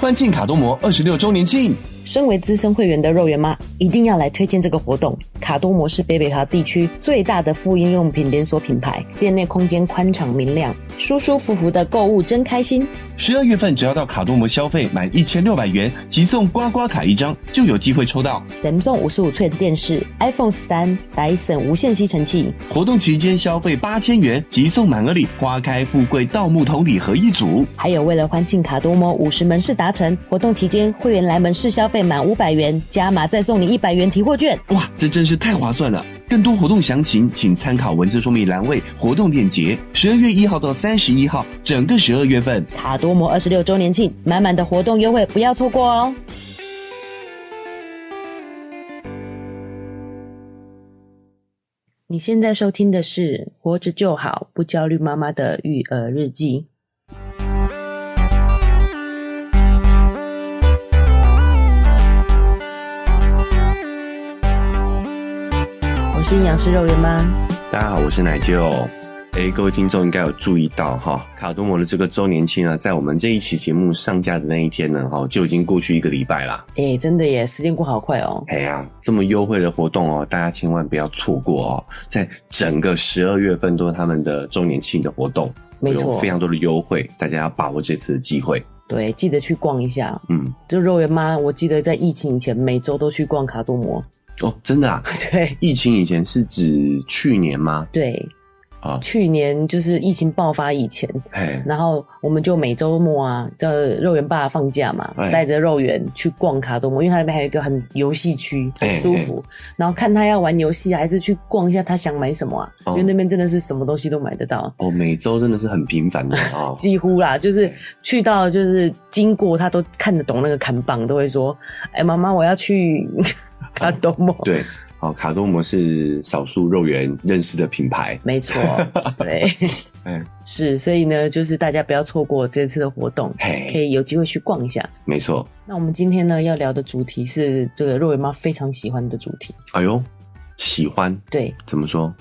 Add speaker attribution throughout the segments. Speaker 1: 欢庆卡多摩二十六周年庆。
Speaker 2: 身为资深会员的肉圆妈一定要来推荐这个活动。卡多摩是北北桃地区最大的妇婴用品连锁品牌，店内空间宽敞明亮，舒舒服服的购物真开心。
Speaker 1: 十二月份只要到卡多摩消费满一千六百元，即送刮刮卡一张，就有机会抽到。
Speaker 2: Samsung 五十五寸电视、iPhone 三、Dyson 无线吸尘器。
Speaker 1: 活动期间消费八千元，即送满额礼花开富贵盗墓桶礼盒一组。
Speaker 2: 还有，为了欢庆卡多摩五十门市达成，活动期间会员来门市消费满五百元，加码再送你一百元提货券。
Speaker 1: 哇，这真是太划算了！更多活动详情，请参考文字说明栏位活动链接。十二月一号到三十一号，整个十二月份，
Speaker 2: 卡多摩二十六周年庆，满满的活动优惠不要错过哦！你现在收听的是《活着就好，不焦虑妈妈的育儿日记》。我是营养师肉圆妈，
Speaker 1: 大家好，我是奶舅。哎，各位听众应该有注意到哈，卡多摩的这个周年庆呢，啊在我们这一期节目上架的那一天呢，哈，就已经过去一个礼拜啦。
Speaker 2: 哎、真的耶，时间过好快哦。
Speaker 1: 哎呀，这么优惠的活动哦，大家千万不要错过哦！在整个十二月份都是他们的周年庆的活动，
Speaker 2: 没
Speaker 1: 有
Speaker 2: 错
Speaker 1: 非，常多的优惠，大家要把握这次的机会。
Speaker 2: 对，记得去逛一下。
Speaker 1: 嗯，
Speaker 2: 就肉圆妈，我记得在疫情以前每周都去逛卡多摩。
Speaker 1: 哦，真的啊，
Speaker 2: 对
Speaker 1: 疫情以前是指去年吗？
Speaker 2: 对，
Speaker 1: 啊
Speaker 2: 去年就是疫情爆发以前，
Speaker 1: 哎，
Speaker 2: 然后我们就每周末啊，叫肉圆爸放假嘛，
Speaker 1: 哎
Speaker 2: 带着肉圆去逛卡多摩，因为它那边还有一个很游戏区，很
Speaker 1: 哎
Speaker 2: 舒服。然后看他要玩游戏啊，还是去逛一下他想买什么啊，
Speaker 1: 哦
Speaker 2: 因为那边真的是什么东西都买得到。
Speaker 1: 哦，每周真的是很频繁的 啊
Speaker 2: 几乎啦，就是去到就是经过，他都看得懂那个看榜，都会说：“哎、妈妈，我要去 卡多摩。”，
Speaker 1: 对，好，卡多摩是少数肉圆认识的品牌。
Speaker 2: 没 错，对，
Speaker 1: 哎，
Speaker 2: 是，所以呢，就是大家不要错过这次的活动，可
Speaker 1: 嘿，
Speaker 2: 以有机会去逛一下。
Speaker 1: 没错。
Speaker 2: 那我们今天呢要聊的主题是这个肉圆妈非常喜欢的主题，
Speaker 1: 哎呦，喜欢
Speaker 2: 对，
Speaker 1: 怎么说？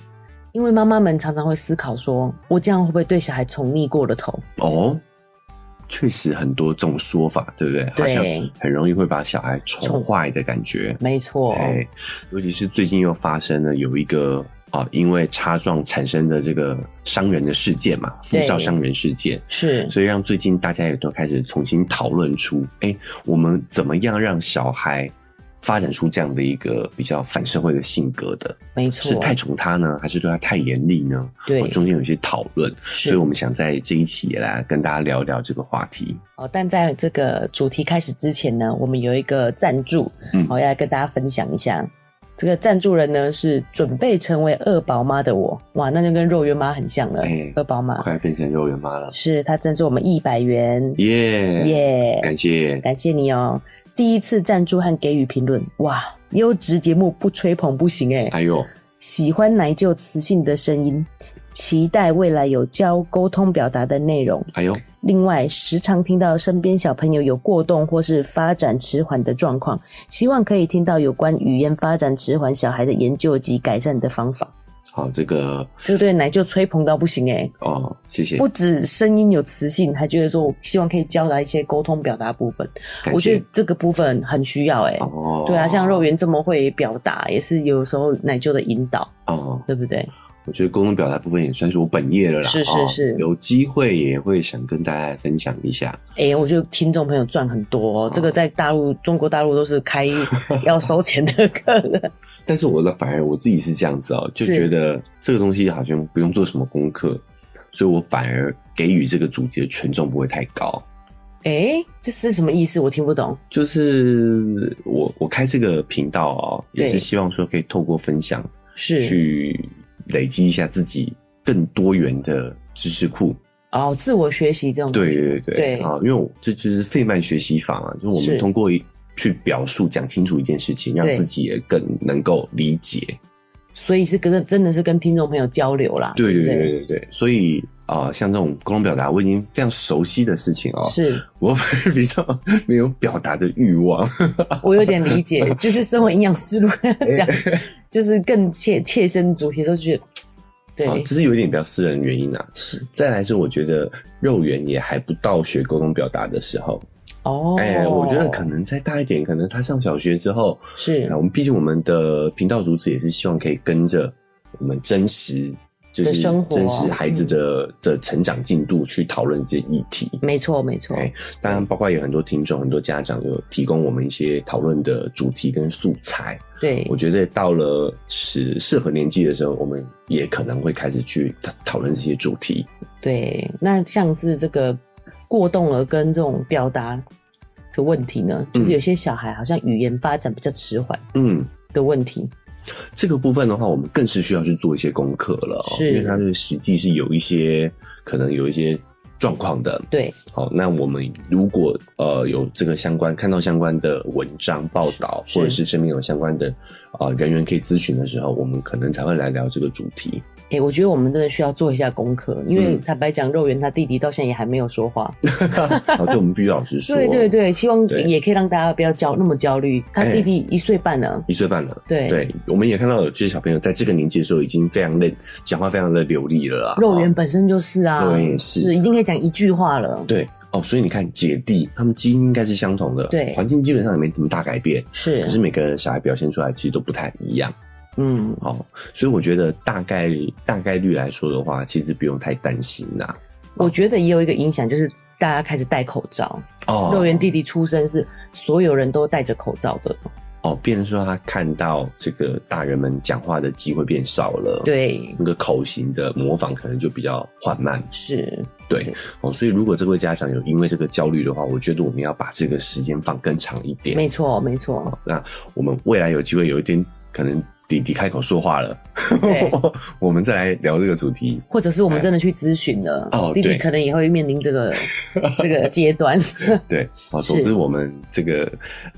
Speaker 2: 因为妈妈们常常会思考说，我这样会不会对小孩宠溺过了头？
Speaker 1: 哦，确实很多种说法，对不对？好
Speaker 2: 对
Speaker 1: 像很容易会把小孩宠坏的感觉。
Speaker 2: 没错，
Speaker 1: 哎，尤其是最近又发生了有一个啊，因为擦撞产生的这个伤人的事件嘛，
Speaker 2: 对
Speaker 1: 富少伤人事件。
Speaker 2: 是
Speaker 1: 所以让最近大家也都开始重新讨论出，哎、我们怎么样让小孩发展出这样的一个比较反社会的性格的？
Speaker 2: 没
Speaker 1: 是
Speaker 2: 错，
Speaker 1: 太宠他呢，还是对他太严厉呢？
Speaker 2: 对
Speaker 1: 哦，中间有一些讨论，
Speaker 2: 是
Speaker 1: 所以我们想在这一期也来跟大家聊一聊这个话题。
Speaker 2: 哦，但在这个主题开始之前呢，我们有一个赞助，哦
Speaker 1: 嗯
Speaker 2: 好、要来跟大家分享一下。这个赞助人呢是准备成为二宝妈的我，哇，那就跟肉圆妈很像了，
Speaker 1: 哎
Speaker 2: 二宝妈
Speaker 1: 快变成肉圆妈了，
Speaker 2: 是她赞助我们一百元，
Speaker 1: 耶、
Speaker 2: 耶、
Speaker 1: 感谢，
Speaker 2: 感谢你哦，第一次赞助和给予评论，哇，优质节目不吹捧不行哎，
Speaker 1: 还有
Speaker 2: 喜欢奶舅磁性的声音，期待未来有教沟通表达的内容。
Speaker 1: 还有，
Speaker 2: 另外，时常听到身边小朋友有过动或是发展迟缓的状况，希望可以听到有关语言发展迟缓小孩的研究及改善的方法。
Speaker 1: 好这个
Speaker 2: 这对奶就吹捧到不行诶、
Speaker 1: 哦，谢谢，
Speaker 2: 不止声音有磁性，还觉得说我希望可以教达一些沟通表达部分，
Speaker 1: 感
Speaker 2: 我觉
Speaker 1: 谢
Speaker 2: 得。这个部分很需要诶、
Speaker 1: 哦，
Speaker 2: 对啊，像肉圆这么会表达，也是有时候奶舅的引导，
Speaker 1: 哦，
Speaker 2: 对不对？
Speaker 1: 我觉得沟通表达部分也算是我本业了啦。
Speaker 2: 是是
Speaker 1: 哦
Speaker 2: 是
Speaker 1: 有机会也会想跟大家分享一下。
Speaker 2: 诶、欸我觉得听众朋友赚很多、哦，这个在大陆、中国大陆都是开要收钱的课的。
Speaker 1: 但是我的反而我自己是这样子哦，就是觉得这个东西好像不用做什么功课，所以我反而给予这个主题的权重不会太高。
Speaker 2: 诶，这是什么意思？我听不懂。
Speaker 1: 就是我我开这个频道哦，
Speaker 2: 对
Speaker 1: 也是希望说可以透过分享
Speaker 2: 是
Speaker 1: 去累积一下自己更多元的知识库。
Speaker 2: 哦，自我学习这种感
Speaker 1: 对
Speaker 2: 觉
Speaker 1: 对对
Speaker 2: 对
Speaker 1: 啊，因为我这就是费曼学习法嘛，就是我
Speaker 2: 是
Speaker 1: 们通过一去表述、讲清楚一件事情，让
Speaker 2: 对
Speaker 1: 自己也更能够理解。
Speaker 2: 所以是跟真的是跟听众朋友交流啦。
Speaker 1: 对对
Speaker 2: 不
Speaker 1: 对对对对，所以啊、呃像这种沟通表达，我已经非常熟悉的事情哦，
Speaker 2: 是
Speaker 1: 我 反而比较没有表达的欲望。
Speaker 2: 我有点 理解，就是身为营养师如
Speaker 1: 哎
Speaker 2: 果要讲，就是更切切身主题，都觉得对、
Speaker 1: 啊，这是有一点比较私人的原因啊。
Speaker 2: 是
Speaker 1: 再来是我觉得肉圆也还不到学沟通表达的时候，
Speaker 2: 哦，
Speaker 1: 哎、我觉得可能再大一点，可能他上小学之后，
Speaker 2: 是
Speaker 1: 啊，我们毕竟我们的频道主旨也是希望可以跟着我们真实，就
Speaker 2: 的
Speaker 1: 是
Speaker 2: 生活嗯
Speaker 1: 真实孩子的、的成长进度去讨论这些议题。
Speaker 2: 没错没错，
Speaker 1: 哎当然，包括有很多听众、很多家长有提供我们一些讨论的主题跟素材。
Speaker 2: 对
Speaker 1: 我，觉得到了适适合年纪的时候，我们也可能会开始去讨讨论这些主题。
Speaker 2: 对，那像是这个过动儿跟这种表达的问题呢，
Speaker 1: 嗯
Speaker 2: 就是有些小孩好像语言发展比较迟缓
Speaker 1: 嗯，
Speaker 2: 的问题，
Speaker 1: 这个部分的话，我们更是需要去做一些功课了、哦，
Speaker 2: 是
Speaker 1: 因为它是实际是有一些可能有一些状况的。
Speaker 2: 对，
Speaker 1: 好，那我们如果呃有这个相关看到相关的文章报道，
Speaker 2: 是
Speaker 1: 或者是身边有相关的啊、呃人员可以咨询的时候，我们可能才会来聊这个主题。
Speaker 2: 哎、我觉得我们真的需要做一下功课，因为
Speaker 1: 嗯
Speaker 2: 坦白讲，肉圆他弟弟到现在也还没有说话。
Speaker 1: 好，对我们必须老实说，
Speaker 2: 对对，对，希望
Speaker 1: 对
Speaker 2: 也可以让大家不要焦那么焦虑。他
Speaker 1: 哎
Speaker 2: 弟弟一岁半了，
Speaker 1: 一岁半了。
Speaker 2: 对，
Speaker 1: 对，我们也看到有些小朋友在这个年纪的时候已经非常的讲话非常的流利了啊。
Speaker 2: 肉圆
Speaker 1: 哦
Speaker 2: 本身就是啊，
Speaker 1: 肉圆也是
Speaker 2: 已经可以讲一句话了。
Speaker 1: 对哦，所以你看姐弟他们基因应该是相同的，
Speaker 2: 对
Speaker 1: 环境基本上也没什么大改变，
Speaker 2: 是，
Speaker 1: 可是每个人小孩表现出来其实都不太一样。
Speaker 2: 嗯，
Speaker 1: 哦，所以我觉得大概大概率来说的话，其实不用太担心啦。
Speaker 2: 我觉得也有一个影响，就是大家开始戴口罩。
Speaker 1: 哦，
Speaker 2: 肉圆弟弟出生是所有人都戴着口罩的，
Speaker 1: 哦，变成说他看到这个大人们讲话的机会变少了，，
Speaker 2: 对，
Speaker 1: 那个口型的模仿可能就比较缓慢，
Speaker 2: 是，
Speaker 1: 对
Speaker 2: 对，
Speaker 1: 哦，所以如果这位家长有因为这个焦虑的话，我觉得我们要把这个时间放更长一点。
Speaker 2: 没错，没错，
Speaker 1: 那我们未来有机会有一天可能弟弟开口说话了
Speaker 2: 对，
Speaker 1: 我们再来聊这个主题。
Speaker 2: 或者是我们真的去咨询了，
Speaker 1: 哦
Speaker 2: 弟弟
Speaker 1: 对
Speaker 2: 可能也会面临 这个这个阶段。
Speaker 1: 对，啊，
Speaker 2: 是
Speaker 1: 总之我们这个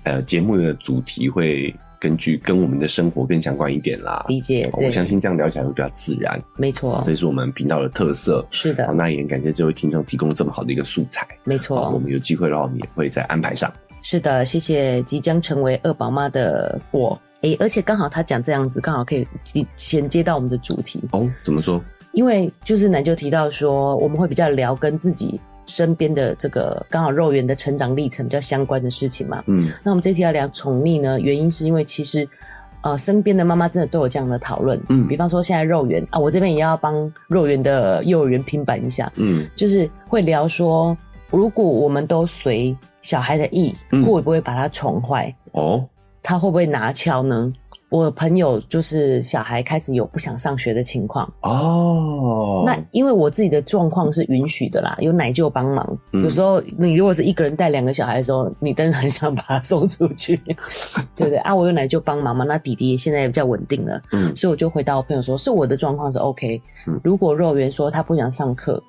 Speaker 1: 呃节目的主题会根据跟我们的生活更相关一点啦。
Speaker 2: 理解，
Speaker 1: 我
Speaker 2: 对，哦
Speaker 1: 相信这样聊起来会比较自然，
Speaker 2: 没错，
Speaker 1: 这是我们频道的特色。
Speaker 2: 是的
Speaker 1: 好，，那也很感谢这位听众提供这么好的一个素材。
Speaker 2: 没
Speaker 1: 好，我
Speaker 2: 错，
Speaker 1: 们有机会的话，我们也会再安排上。
Speaker 2: 是的。谢谢即将成为二宝妈的我。诶，而且刚好他讲这样子，刚好可以衔接到我们的主题，
Speaker 1: 哦，怎么说？
Speaker 2: 因为就是奶就提到说，我们会比较聊跟自己身边的这个刚好肉圆的成长历程比较相关的事情嘛。
Speaker 1: 嗯，
Speaker 2: 那我们这题要聊宠溺呢，原因是因为其实，呃，身边的妈妈真的都有这样的讨论。
Speaker 1: 嗯
Speaker 2: 比方说现在肉圆啊，我这边也要帮肉圆的幼儿园平板一下，
Speaker 1: 嗯，
Speaker 2: 就是会聊说，如果我们都随小孩的意，
Speaker 1: 嗯
Speaker 2: 会不会把他宠坏？
Speaker 1: 哦，
Speaker 2: 他会不会拿翘呢？我朋友就是小孩开始有不想上学的情况，
Speaker 1: 哦，
Speaker 2: 那因为我自己的状况是允许的啦，有奶就帮忙。
Speaker 1: 嗯
Speaker 2: 有时候你如果是一个人带两个小孩的时候，你真的很想把他送出 去，对不对啊？我有奶就帮忙嘛。那弟弟现在也比较稳定了，
Speaker 1: 嗯
Speaker 2: 所以我就回答我朋友说，是我的状况是 OK
Speaker 1: 嗯。
Speaker 2: 如果肉圆说他不想上课，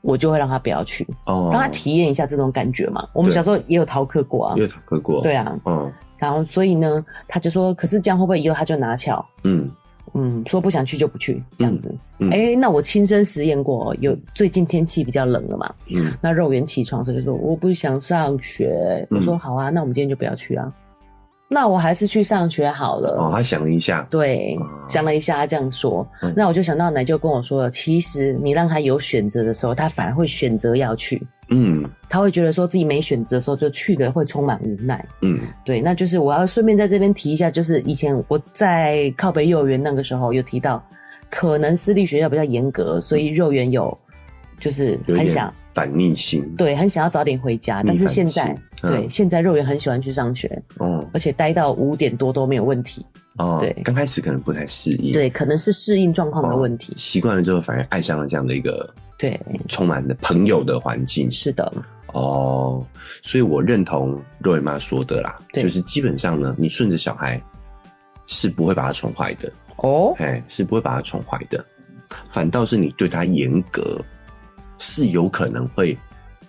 Speaker 2: 我就会让他不要去，
Speaker 1: 哦，
Speaker 2: 让他体验一下这种感觉嘛。我们小时候也有逃课过啊
Speaker 1: 因，为他喝过，
Speaker 2: 对，啊。
Speaker 1: 嗯
Speaker 2: 然后所以呢，他就说，可是这样会不会以后他就拿翘？
Speaker 1: 嗯
Speaker 2: 嗯，说不想去就不去，这样子。哎、
Speaker 1: 嗯嗯
Speaker 2: 那我亲身实验过哦，有最近天气比较冷了嘛，
Speaker 1: 嗯，
Speaker 2: 那肉圆起床时就说我不想上学，
Speaker 1: 嗯
Speaker 2: 我说好啊，那我们今天就不要去啊，那我还是去上学好了。
Speaker 1: 哦，他想了一下，
Speaker 2: 对
Speaker 1: 啊，
Speaker 2: 想了一下，他这样说，
Speaker 1: 嗯
Speaker 2: 那我就想到奶就跟我说了，其实你让他有选择的时候，他反而会选择要去，
Speaker 1: 嗯
Speaker 2: 他会觉得说自己没选择的时候就去了会充满无奈。
Speaker 1: 嗯
Speaker 2: 对，那就是我要顺便在这边提一下，就是以前我在靠北幼儿园那个时候有提到，可能私立学校比较严格，所以幼儿园有就是
Speaker 1: 有一
Speaker 2: 很
Speaker 1: 点
Speaker 2: 想
Speaker 1: 反逆心，
Speaker 2: 对很想要早点回家，
Speaker 1: 逆
Speaker 2: 但
Speaker 1: 反
Speaker 2: 是
Speaker 1: 心，
Speaker 2: 现在、
Speaker 1: 嗯
Speaker 2: 对现在幼儿园很喜欢去上学，
Speaker 1: 哦
Speaker 2: 而且待到五点多都没有问题。
Speaker 1: 哦，
Speaker 2: 对
Speaker 1: 刚开始可能不太适应，，哦
Speaker 2: 对，可能是适应状况的问题。
Speaker 1: 习惯了之后反而爱上了这样的一个
Speaker 2: 哦对，
Speaker 1: 充满了朋友的环境
Speaker 2: 是的，
Speaker 1: 哦，所以我认同若雨妈说的啦，
Speaker 2: 对
Speaker 1: 就是基本上呢，你顺着小孩是不会把他宠坏的，
Speaker 2: 哦，
Speaker 1: 哎，是不会把他宠坏的，反倒是你对他严格，是有可能会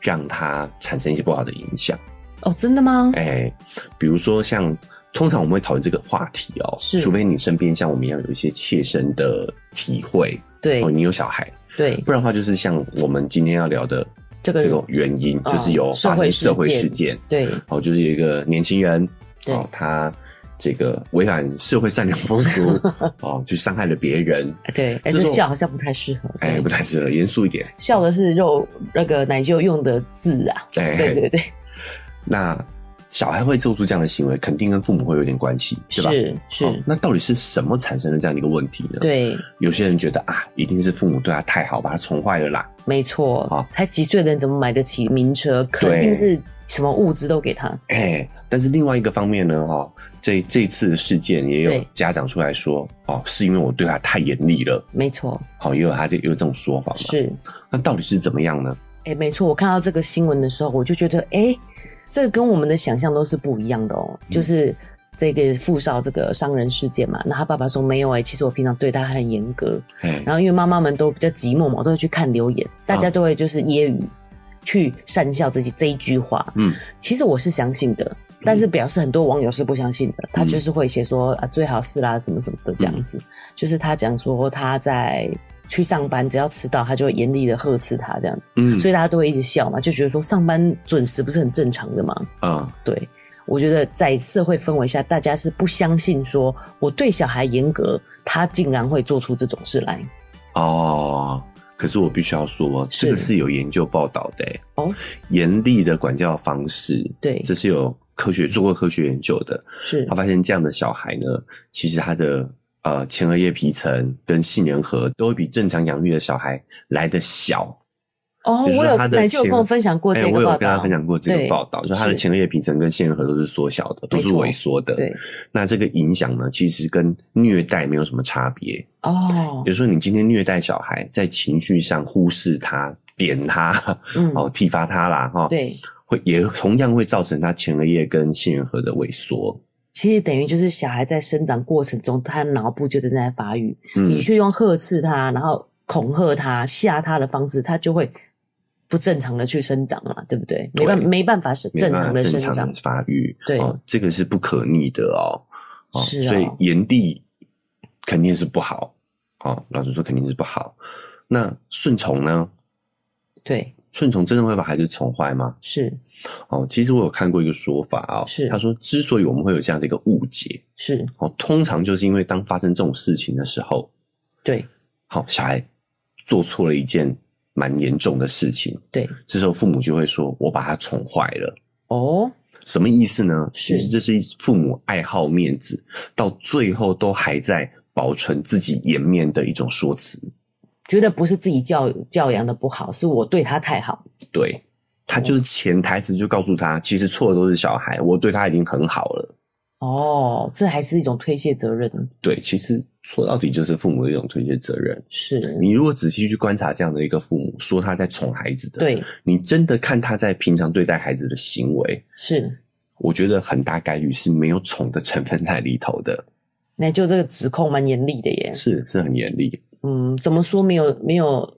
Speaker 1: 让他产生一些不好的影响。
Speaker 2: 哦，真的吗？
Speaker 1: 哎，比如说像通常我们会讨论这个话题哦，
Speaker 2: 是
Speaker 1: 除非你身边像我们一样有一些切身的体会
Speaker 2: 对
Speaker 1: 哦，你有小孩，
Speaker 2: 对，
Speaker 1: 不然的话就是像我们今天要聊的
Speaker 2: 哎这个
Speaker 1: 这个原因，
Speaker 2: 哦
Speaker 1: 就是有
Speaker 2: 社
Speaker 1: 发
Speaker 2: 会
Speaker 1: 生
Speaker 2: 事
Speaker 1: 社会
Speaker 2: 件
Speaker 1: 事件
Speaker 2: 对
Speaker 1: 哦，就是有一个年轻人
Speaker 2: 对
Speaker 1: 哦，他这个违反社会善良风 俗哦，去伤害了别人，
Speaker 2: 对，哎，
Speaker 1: 这
Speaker 2: 这
Speaker 1: 种
Speaker 2: 笑好像不太适合。
Speaker 1: 哎，
Speaker 2: 对
Speaker 1: 不太适合，严肃一点，
Speaker 2: 笑的是肉那个奶舅用的字啊，
Speaker 1: 哎，
Speaker 2: 对对对，
Speaker 1: 那小孩会做出这样的行为，肯定跟父母会有点关系，对吧？
Speaker 2: 是
Speaker 1: 好
Speaker 2: 是，
Speaker 1: 哦那到底是什么产生了这样的一个问题呢？，
Speaker 2: 对，
Speaker 1: 有些人觉得啊，一定是父母对他太好，把他宠坏了啦。
Speaker 2: 没错
Speaker 1: 好，
Speaker 2: 才几岁的人怎么买得起名车？肯定是什么物资都给他。
Speaker 1: 哎、但是另外一个方面呢，哈、哦这这次的事件也有
Speaker 2: 对
Speaker 1: 家长出来说，哦，是因为我对他太严厉了，
Speaker 2: 没错，
Speaker 1: 好、也有他这有这种说法嘛。
Speaker 2: 是，
Speaker 1: 那到底是怎么样呢？
Speaker 2: 哎、没错。我看到这个新闻的时候，我就觉得，哎、这跟我们的想象都是不一样的
Speaker 1: 嗯
Speaker 2: 哦。就是这个富少这个伤人事件嘛，那他爸爸说没有哎、其实我平常对他很严格。
Speaker 1: 哎、
Speaker 2: 然后因为妈妈们都比较寂寞嘛，都会去看留言，
Speaker 1: 啊
Speaker 2: 大家都会就是揶揄、去善笑这这一句话。
Speaker 1: 嗯，
Speaker 2: 其实我是相信的，但是表示很多网友是不相信的，他就是会写说啊最好是啦什么什么的这样
Speaker 1: 嗯
Speaker 2: 子，就是他讲说他在去上班，只要迟到他就会严厉的呵斥他这样子，
Speaker 1: 嗯，
Speaker 2: 所以大家都会一直笑嘛，就觉得说上班准时不是很正常的嘛，
Speaker 1: 啊、
Speaker 2: 对。我觉得在社会氛围下，大家是不相信说我对小孩严格，他竟然会做出这种事来。
Speaker 1: 哦，可是我必须要说，
Speaker 2: 是
Speaker 1: 这个是有研究报道的、欸、
Speaker 2: 哦，
Speaker 1: 严厉的管教方式，
Speaker 2: 对，
Speaker 1: 这是有科学做过科学研究的。
Speaker 2: 是
Speaker 1: 他发现这样的小孩呢，其实他的呃前额叶皮层跟杏仁核都会比正常养育的小孩来的小。
Speaker 2: 哦，
Speaker 1: 比如
Speaker 2: 我
Speaker 1: 说
Speaker 2: 有
Speaker 1: 他的
Speaker 2: 奶就有
Speaker 1: 前
Speaker 2: 跟我分享过这
Speaker 1: 哎、
Speaker 2: 个
Speaker 1: 我有
Speaker 2: 报道，
Speaker 1: 跟他分享过这个
Speaker 2: 对
Speaker 1: 报道，就是他的
Speaker 2: 是
Speaker 1: 前额叶皮层跟杏仁核都是缩小的，都是
Speaker 2: 没错
Speaker 1: 萎缩的。
Speaker 2: 对，
Speaker 1: 那这个影响呢，其实跟虐待没有什么差别。
Speaker 2: 哦
Speaker 1: 比，如说，你今天虐待小孩，在情绪上忽视他、扁他、
Speaker 2: 嗯，
Speaker 1: 哦体罚他啦，哈、，
Speaker 2: 对，
Speaker 1: 会也同样会造成他前额叶跟杏仁核的萎缩。
Speaker 2: 其实等于就是小孩在生长过程中，他脑部就正在发育，
Speaker 1: 嗯
Speaker 2: 你，去用呵斥他，然后恐吓他、吓他的方式，他就会不正常的去生长嘛，对不对？没办
Speaker 1: 对
Speaker 2: 没办法是
Speaker 1: 没办
Speaker 2: 正
Speaker 1: 法
Speaker 2: 常的生
Speaker 1: 正常
Speaker 2: 长
Speaker 1: 的，发育，
Speaker 2: 对
Speaker 1: 哦，这个是不可逆的哦。哦，
Speaker 2: 是哦
Speaker 1: 所以炎帝肯定是不好。哦，老实说肯定是不好。那顺从呢？
Speaker 2: 对，
Speaker 1: 顺从真的会把孩子宠坏吗？
Speaker 2: 是
Speaker 1: 哦，其实我有看过一个说法哦，
Speaker 2: 是
Speaker 1: 他说之所以我们会有这样的一个误解，
Speaker 2: 是，
Speaker 1: 哦，通常就是因为当发生这种事情的时候，
Speaker 2: 对
Speaker 1: 好、小孩做错了一件蛮严重的事情，
Speaker 2: 对，
Speaker 1: 这时候父母就会说：“我把他宠坏了。
Speaker 2: 哦，”
Speaker 1: 什么意思呢？
Speaker 2: 是
Speaker 1: 其实这是父母爱好面子，到最后都还在保存自己颜面的一种说辞。
Speaker 2: 觉得不是自己教教养的不好，是我对他太好，
Speaker 1: 对他就是潜台词就告诉他，其实错的都是小孩，我对他已经很好了。
Speaker 2: 哦，这还是一种推卸责任，
Speaker 1: 对，其实说到底就是父母的一种推卸责任。
Speaker 2: 是，
Speaker 1: 你如果仔细去观察这样的一个父母，说他在宠孩子的，
Speaker 2: 对，
Speaker 1: 你真的看他在平常对待孩子的行为，
Speaker 2: 是。
Speaker 1: 我觉得很大概率是没有宠的成分在里头的，
Speaker 2: 那就这个指控蛮严厉的耶。
Speaker 1: 是是很严厉。
Speaker 2: 嗯，怎么说没有没有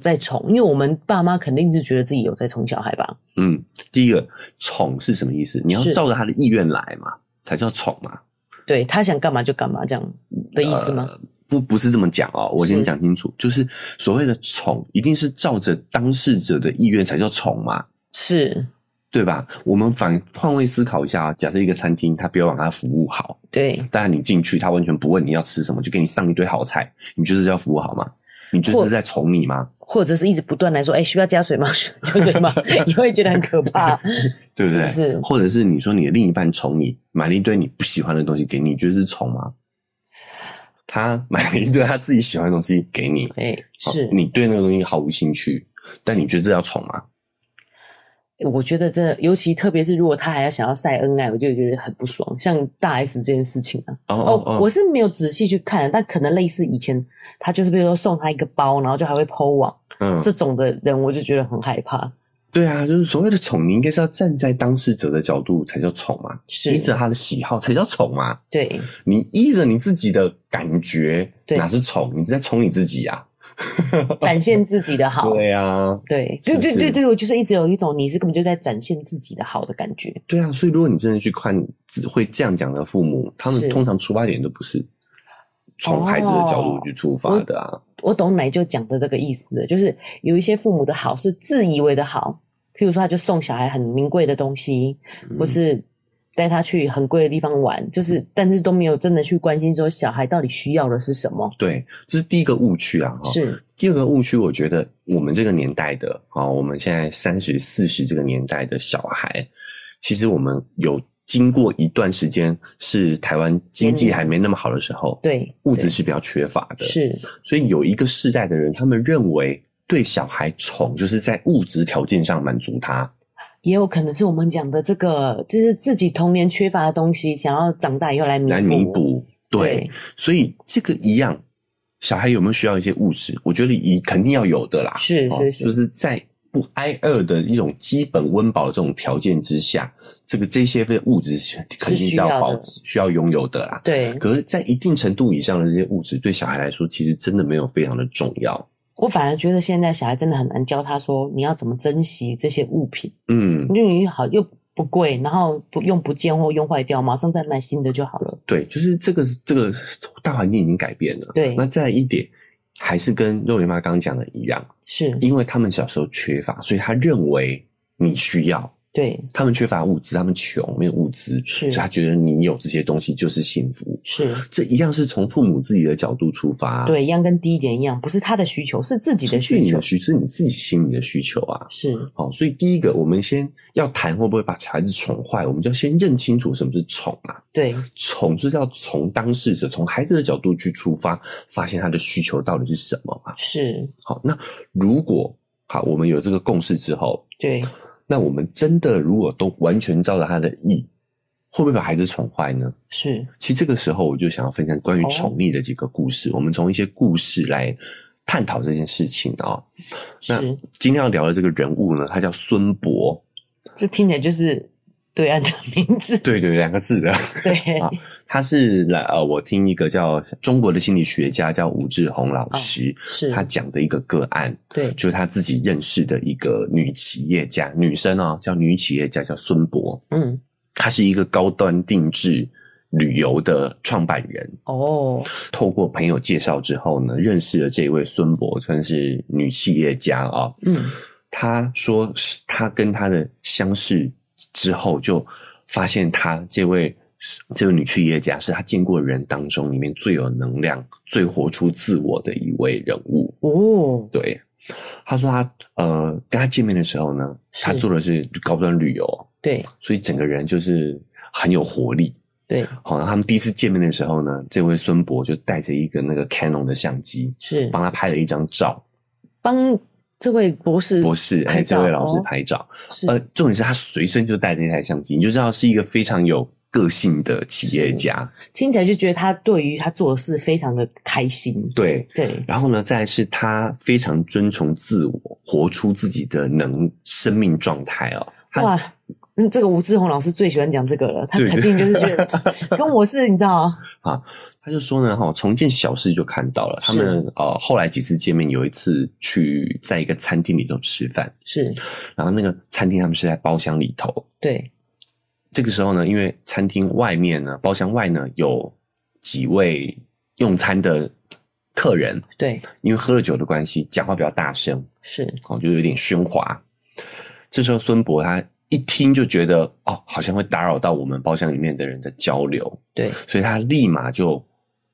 Speaker 2: 在宠？因为我们爸妈肯定是觉得自己有在宠小孩吧？
Speaker 1: 嗯，第一个宠是什么意思？你要
Speaker 2: 是
Speaker 1: 照着他的意愿来嘛，才叫宠嘛
Speaker 2: 对他想干嘛就干嘛这样的意思吗？
Speaker 1: 呃不，不是这么讲哦。我
Speaker 2: 是
Speaker 1: 先讲清楚，就是所谓的宠，一定是照着当事者的意愿才叫宠嘛，
Speaker 2: 是，
Speaker 1: 对吧？我们反换位思考一下啊，假设一个餐厅，他标榜他服务好，
Speaker 2: 对，
Speaker 1: 但你进去，他完全不问你要吃什么，就给你上一堆好菜，你觉得这叫服务好吗？你觉得
Speaker 2: 或
Speaker 1: 这在宠你吗？
Speaker 2: 或者是一直不断来说，哎、需要加水吗？ 需要加水吗？你会觉得很可怕。
Speaker 1: 对不对？
Speaker 2: 是不是
Speaker 1: 或者是你说你的另一半宠你，买了一堆你不喜欢的东西给你，你觉得是宠吗？他买了一堆他自己喜欢的东西给你，
Speaker 2: 哎、
Speaker 1: 好
Speaker 2: 是，
Speaker 1: 哦你对那个东西毫无兴趣，但你觉得这叫宠吗？
Speaker 2: 我觉得真的，尤其特别是如果他还要想要晒恩爱，我就觉得很不爽。像大 S 这件事情啊，
Speaker 1: 哦
Speaker 2: 哦，我是没有仔细去看，但可能类似以前他就是比如说送他一个包，然后就还会剖网。
Speaker 1: 嗯，
Speaker 2: 这种的人，我就觉得很害怕。
Speaker 1: 对啊，就是所谓的宠，你应该是要站在当事者的角度才叫宠嘛，
Speaker 2: 是
Speaker 1: 依着他的喜好才叫宠嘛。
Speaker 2: 对，
Speaker 1: 你依着你自己的感觉，
Speaker 2: 对
Speaker 1: 哪是宠？你是在宠你自己呀、
Speaker 2: 展现自己的好。
Speaker 1: 对啊，
Speaker 2: 对，
Speaker 1: 是
Speaker 2: 对
Speaker 1: 不
Speaker 2: 对
Speaker 1: 是
Speaker 2: 对对，我就是一直有一种你是根本就在展现自己的好的感觉。
Speaker 1: 对啊。所以如果你真的去看只会这样讲的父母，他
Speaker 2: 是
Speaker 1: 们通常出发点都不是从孩子的角度去出
Speaker 2: 哦
Speaker 1: 发的啊。
Speaker 2: 我懂奶就讲的这个意思了，就是有一些父母的好是自以为的好，譬如说他就送小孩很名贵的东西，
Speaker 1: 嗯
Speaker 2: 或是带他去很贵的地方玩，就是但是都没有真的去关心说小孩到底需要的是什么。
Speaker 1: 对，这是第一个误区啊。哈，
Speaker 2: 是
Speaker 1: 第二个误区，我觉得我们这个年代的啊，我们现在三十四十这个年代的小孩，其实我们有经过一段时间是台湾经济还没那么好的时候，
Speaker 2: 对，
Speaker 1: 物质是比较缺乏的，
Speaker 2: 对，是
Speaker 1: 所以有一个世代的人，他们认为对小孩宠就是在物质条件上满足他，
Speaker 2: 也有可能是我们讲的这个，就是自己童年缺乏的东西，想要长大以后来弥补，
Speaker 1: 来弥补。对
Speaker 2: 对，
Speaker 1: 所以这个一样，小孩有没有需要一些物质？我觉得一肯定要有的啦。
Speaker 2: 是
Speaker 1: 哦
Speaker 2: 是是
Speaker 1: 就是在不挨饿的一种基本温饱这种条件之下，这个这些物质是肯定是要
Speaker 2: 需要的
Speaker 1: 保需要拥有的啦。
Speaker 2: 对，
Speaker 1: 可是，在一定程度以上的这些物质，对小孩来说，其实真的没有非常的重要。
Speaker 2: 我反而觉得现在小孩真的很难教他说你要怎么珍惜这些物品，
Speaker 1: 嗯，
Speaker 2: 因为你好又不贵，然后不用不见或用坏掉，马上再买新的就好了。
Speaker 1: 对，就是这个这个大环境已经改变了。
Speaker 2: 对
Speaker 1: 那再一点，还是跟肉圆妈刚刚讲的一样，
Speaker 2: 是，
Speaker 1: 因为他们小时候缺乏，所以他认为你需要。
Speaker 2: 对，
Speaker 1: 他们缺乏物资，他们穷，没有物资，
Speaker 2: 是
Speaker 1: 所以他觉得你有这些东西就是幸福。
Speaker 2: 是。
Speaker 1: 这一样是从父母自己的角度出发，，
Speaker 2: 对，一样跟第一点一样，不是他的需求，是自己的
Speaker 1: 是
Speaker 2: 需
Speaker 1: 你
Speaker 2: 求
Speaker 1: 的。需，是你自己心里的需求啊。
Speaker 2: 是
Speaker 1: 好，所以第一个，我们先要谈会不会把孩子宠坏，我们就要先认清楚什么是宠啊。
Speaker 2: 对，
Speaker 1: 宠是要从当事者、从孩子的角度去出发，发现他的需求到底是什么嘛。
Speaker 2: 是，
Speaker 1: 好，那如果好，我们有这个共识之后，
Speaker 2: 对，
Speaker 1: 那我们真的如果都完全照着他的意，会不会把孩子宠坏呢？
Speaker 2: 是，
Speaker 1: 其实这个时候，我就想要分享关
Speaker 2: 哦
Speaker 1: 于宠溺的几个故事。我们从一些故事来探讨这件事情啊、哦。那
Speaker 2: 是。
Speaker 1: 今天要聊的这个人物呢，他叫孙博，
Speaker 2: 这听起来就是对岸的名字。
Speaker 1: 对对，两个字的。
Speaker 2: 对，
Speaker 1: 啊他是来呃，我听一个叫中国的心理学家叫吴志宏老师，
Speaker 2: 哦是，
Speaker 1: 他讲的一个个案，
Speaker 2: 对，
Speaker 1: 就是他自己认识的一个女企业家，女生哦，叫女企业家叫孙博，
Speaker 2: 嗯，
Speaker 1: 她是一个高端定制旅游的创办人。
Speaker 2: 哦，
Speaker 1: 透过朋友介绍之后呢，认识了这位孙博，算是女企业家啊、
Speaker 2: 嗯，
Speaker 1: 她说是她跟她的相识之后，就发现她这位这位女企业家是她见过的人当中里面最有能量、最活出自我的一位人物。
Speaker 2: 哦，
Speaker 1: 对，她说她呃跟她见面的时候呢，
Speaker 2: 是
Speaker 1: 她做的是高端旅游，
Speaker 2: 对，
Speaker 1: 所以整个人就是很有活力。
Speaker 2: 对，
Speaker 1: 好，然后他们第一次见面的时候呢，这位孙博就带着一个那个 Canon 的相机，
Speaker 2: 是
Speaker 1: 帮他拍了一张照，
Speaker 2: 帮这位博士，
Speaker 1: 博士哎，
Speaker 2: 拍照
Speaker 1: 这位老师
Speaker 2: 哦
Speaker 1: 拍照。
Speaker 2: 是
Speaker 1: 呃，重点是他随身就带着一台相机，你就知道是一个非常有个性的企业家。
Speaker 2: 听起来就觉得他对于他做的事非常的开心。
Speaker 1: 对，
Speaker 2: 对，
Speaker 1: 然后呢，再来是他非常遵从自我，活出自己的能生命状态哦。他
Speaker 2: 哇。嗯这个吴志宏老师最喜欢讲这个了，他
Speaker 1: 对
Speaker 2: 肯定就是觉得跟我是，你 知道吗？
Speaker 1: 他就说呢，哈，从件小事就看到了。他们呃后来几次见面，有一次去在一个餐厅里头吃饭，
Speaker 2: 是
Speaker 1: 然后那个餐厅他们是在包厢里头，
Speaker 2: 对，
Speaker 1: 这个时候呢，因为餐厅外面呢，包厢外呢有几位用餐的客人，
Speaker 2: 对，
Speaker 1: 因为喝了酒的关系，讲话比较大声，
Speaker 2: 是
Speaker 1: 哦，就有点喧哗。这时候孙博他一听就觉得，哦，好像会打扰到我们包厢里面的人的交流，
Speaker 2: 对，
Speaker 1: 所以他立马就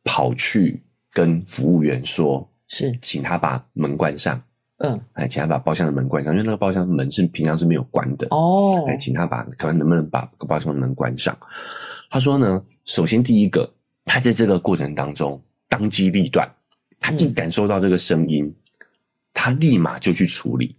Speaker 1: 跑去跟服务员说，
Speaker 2: 是，
Speaker 1: 请他把门关上，
Speaker 2: 嗯，
Speaker 1: 哎，请他把包厢的门关上，因为那个包厢门是平常是没有关的。
Speaker 2: 哦，
Speaker 1: 来请他把看看能不能把包厢门关上。他说呢，首先第一个，他在这个过程当中当机立断，他一
Speaker 2: 嗯
Speaker 1: 感受到这个声音，他立马就去处理。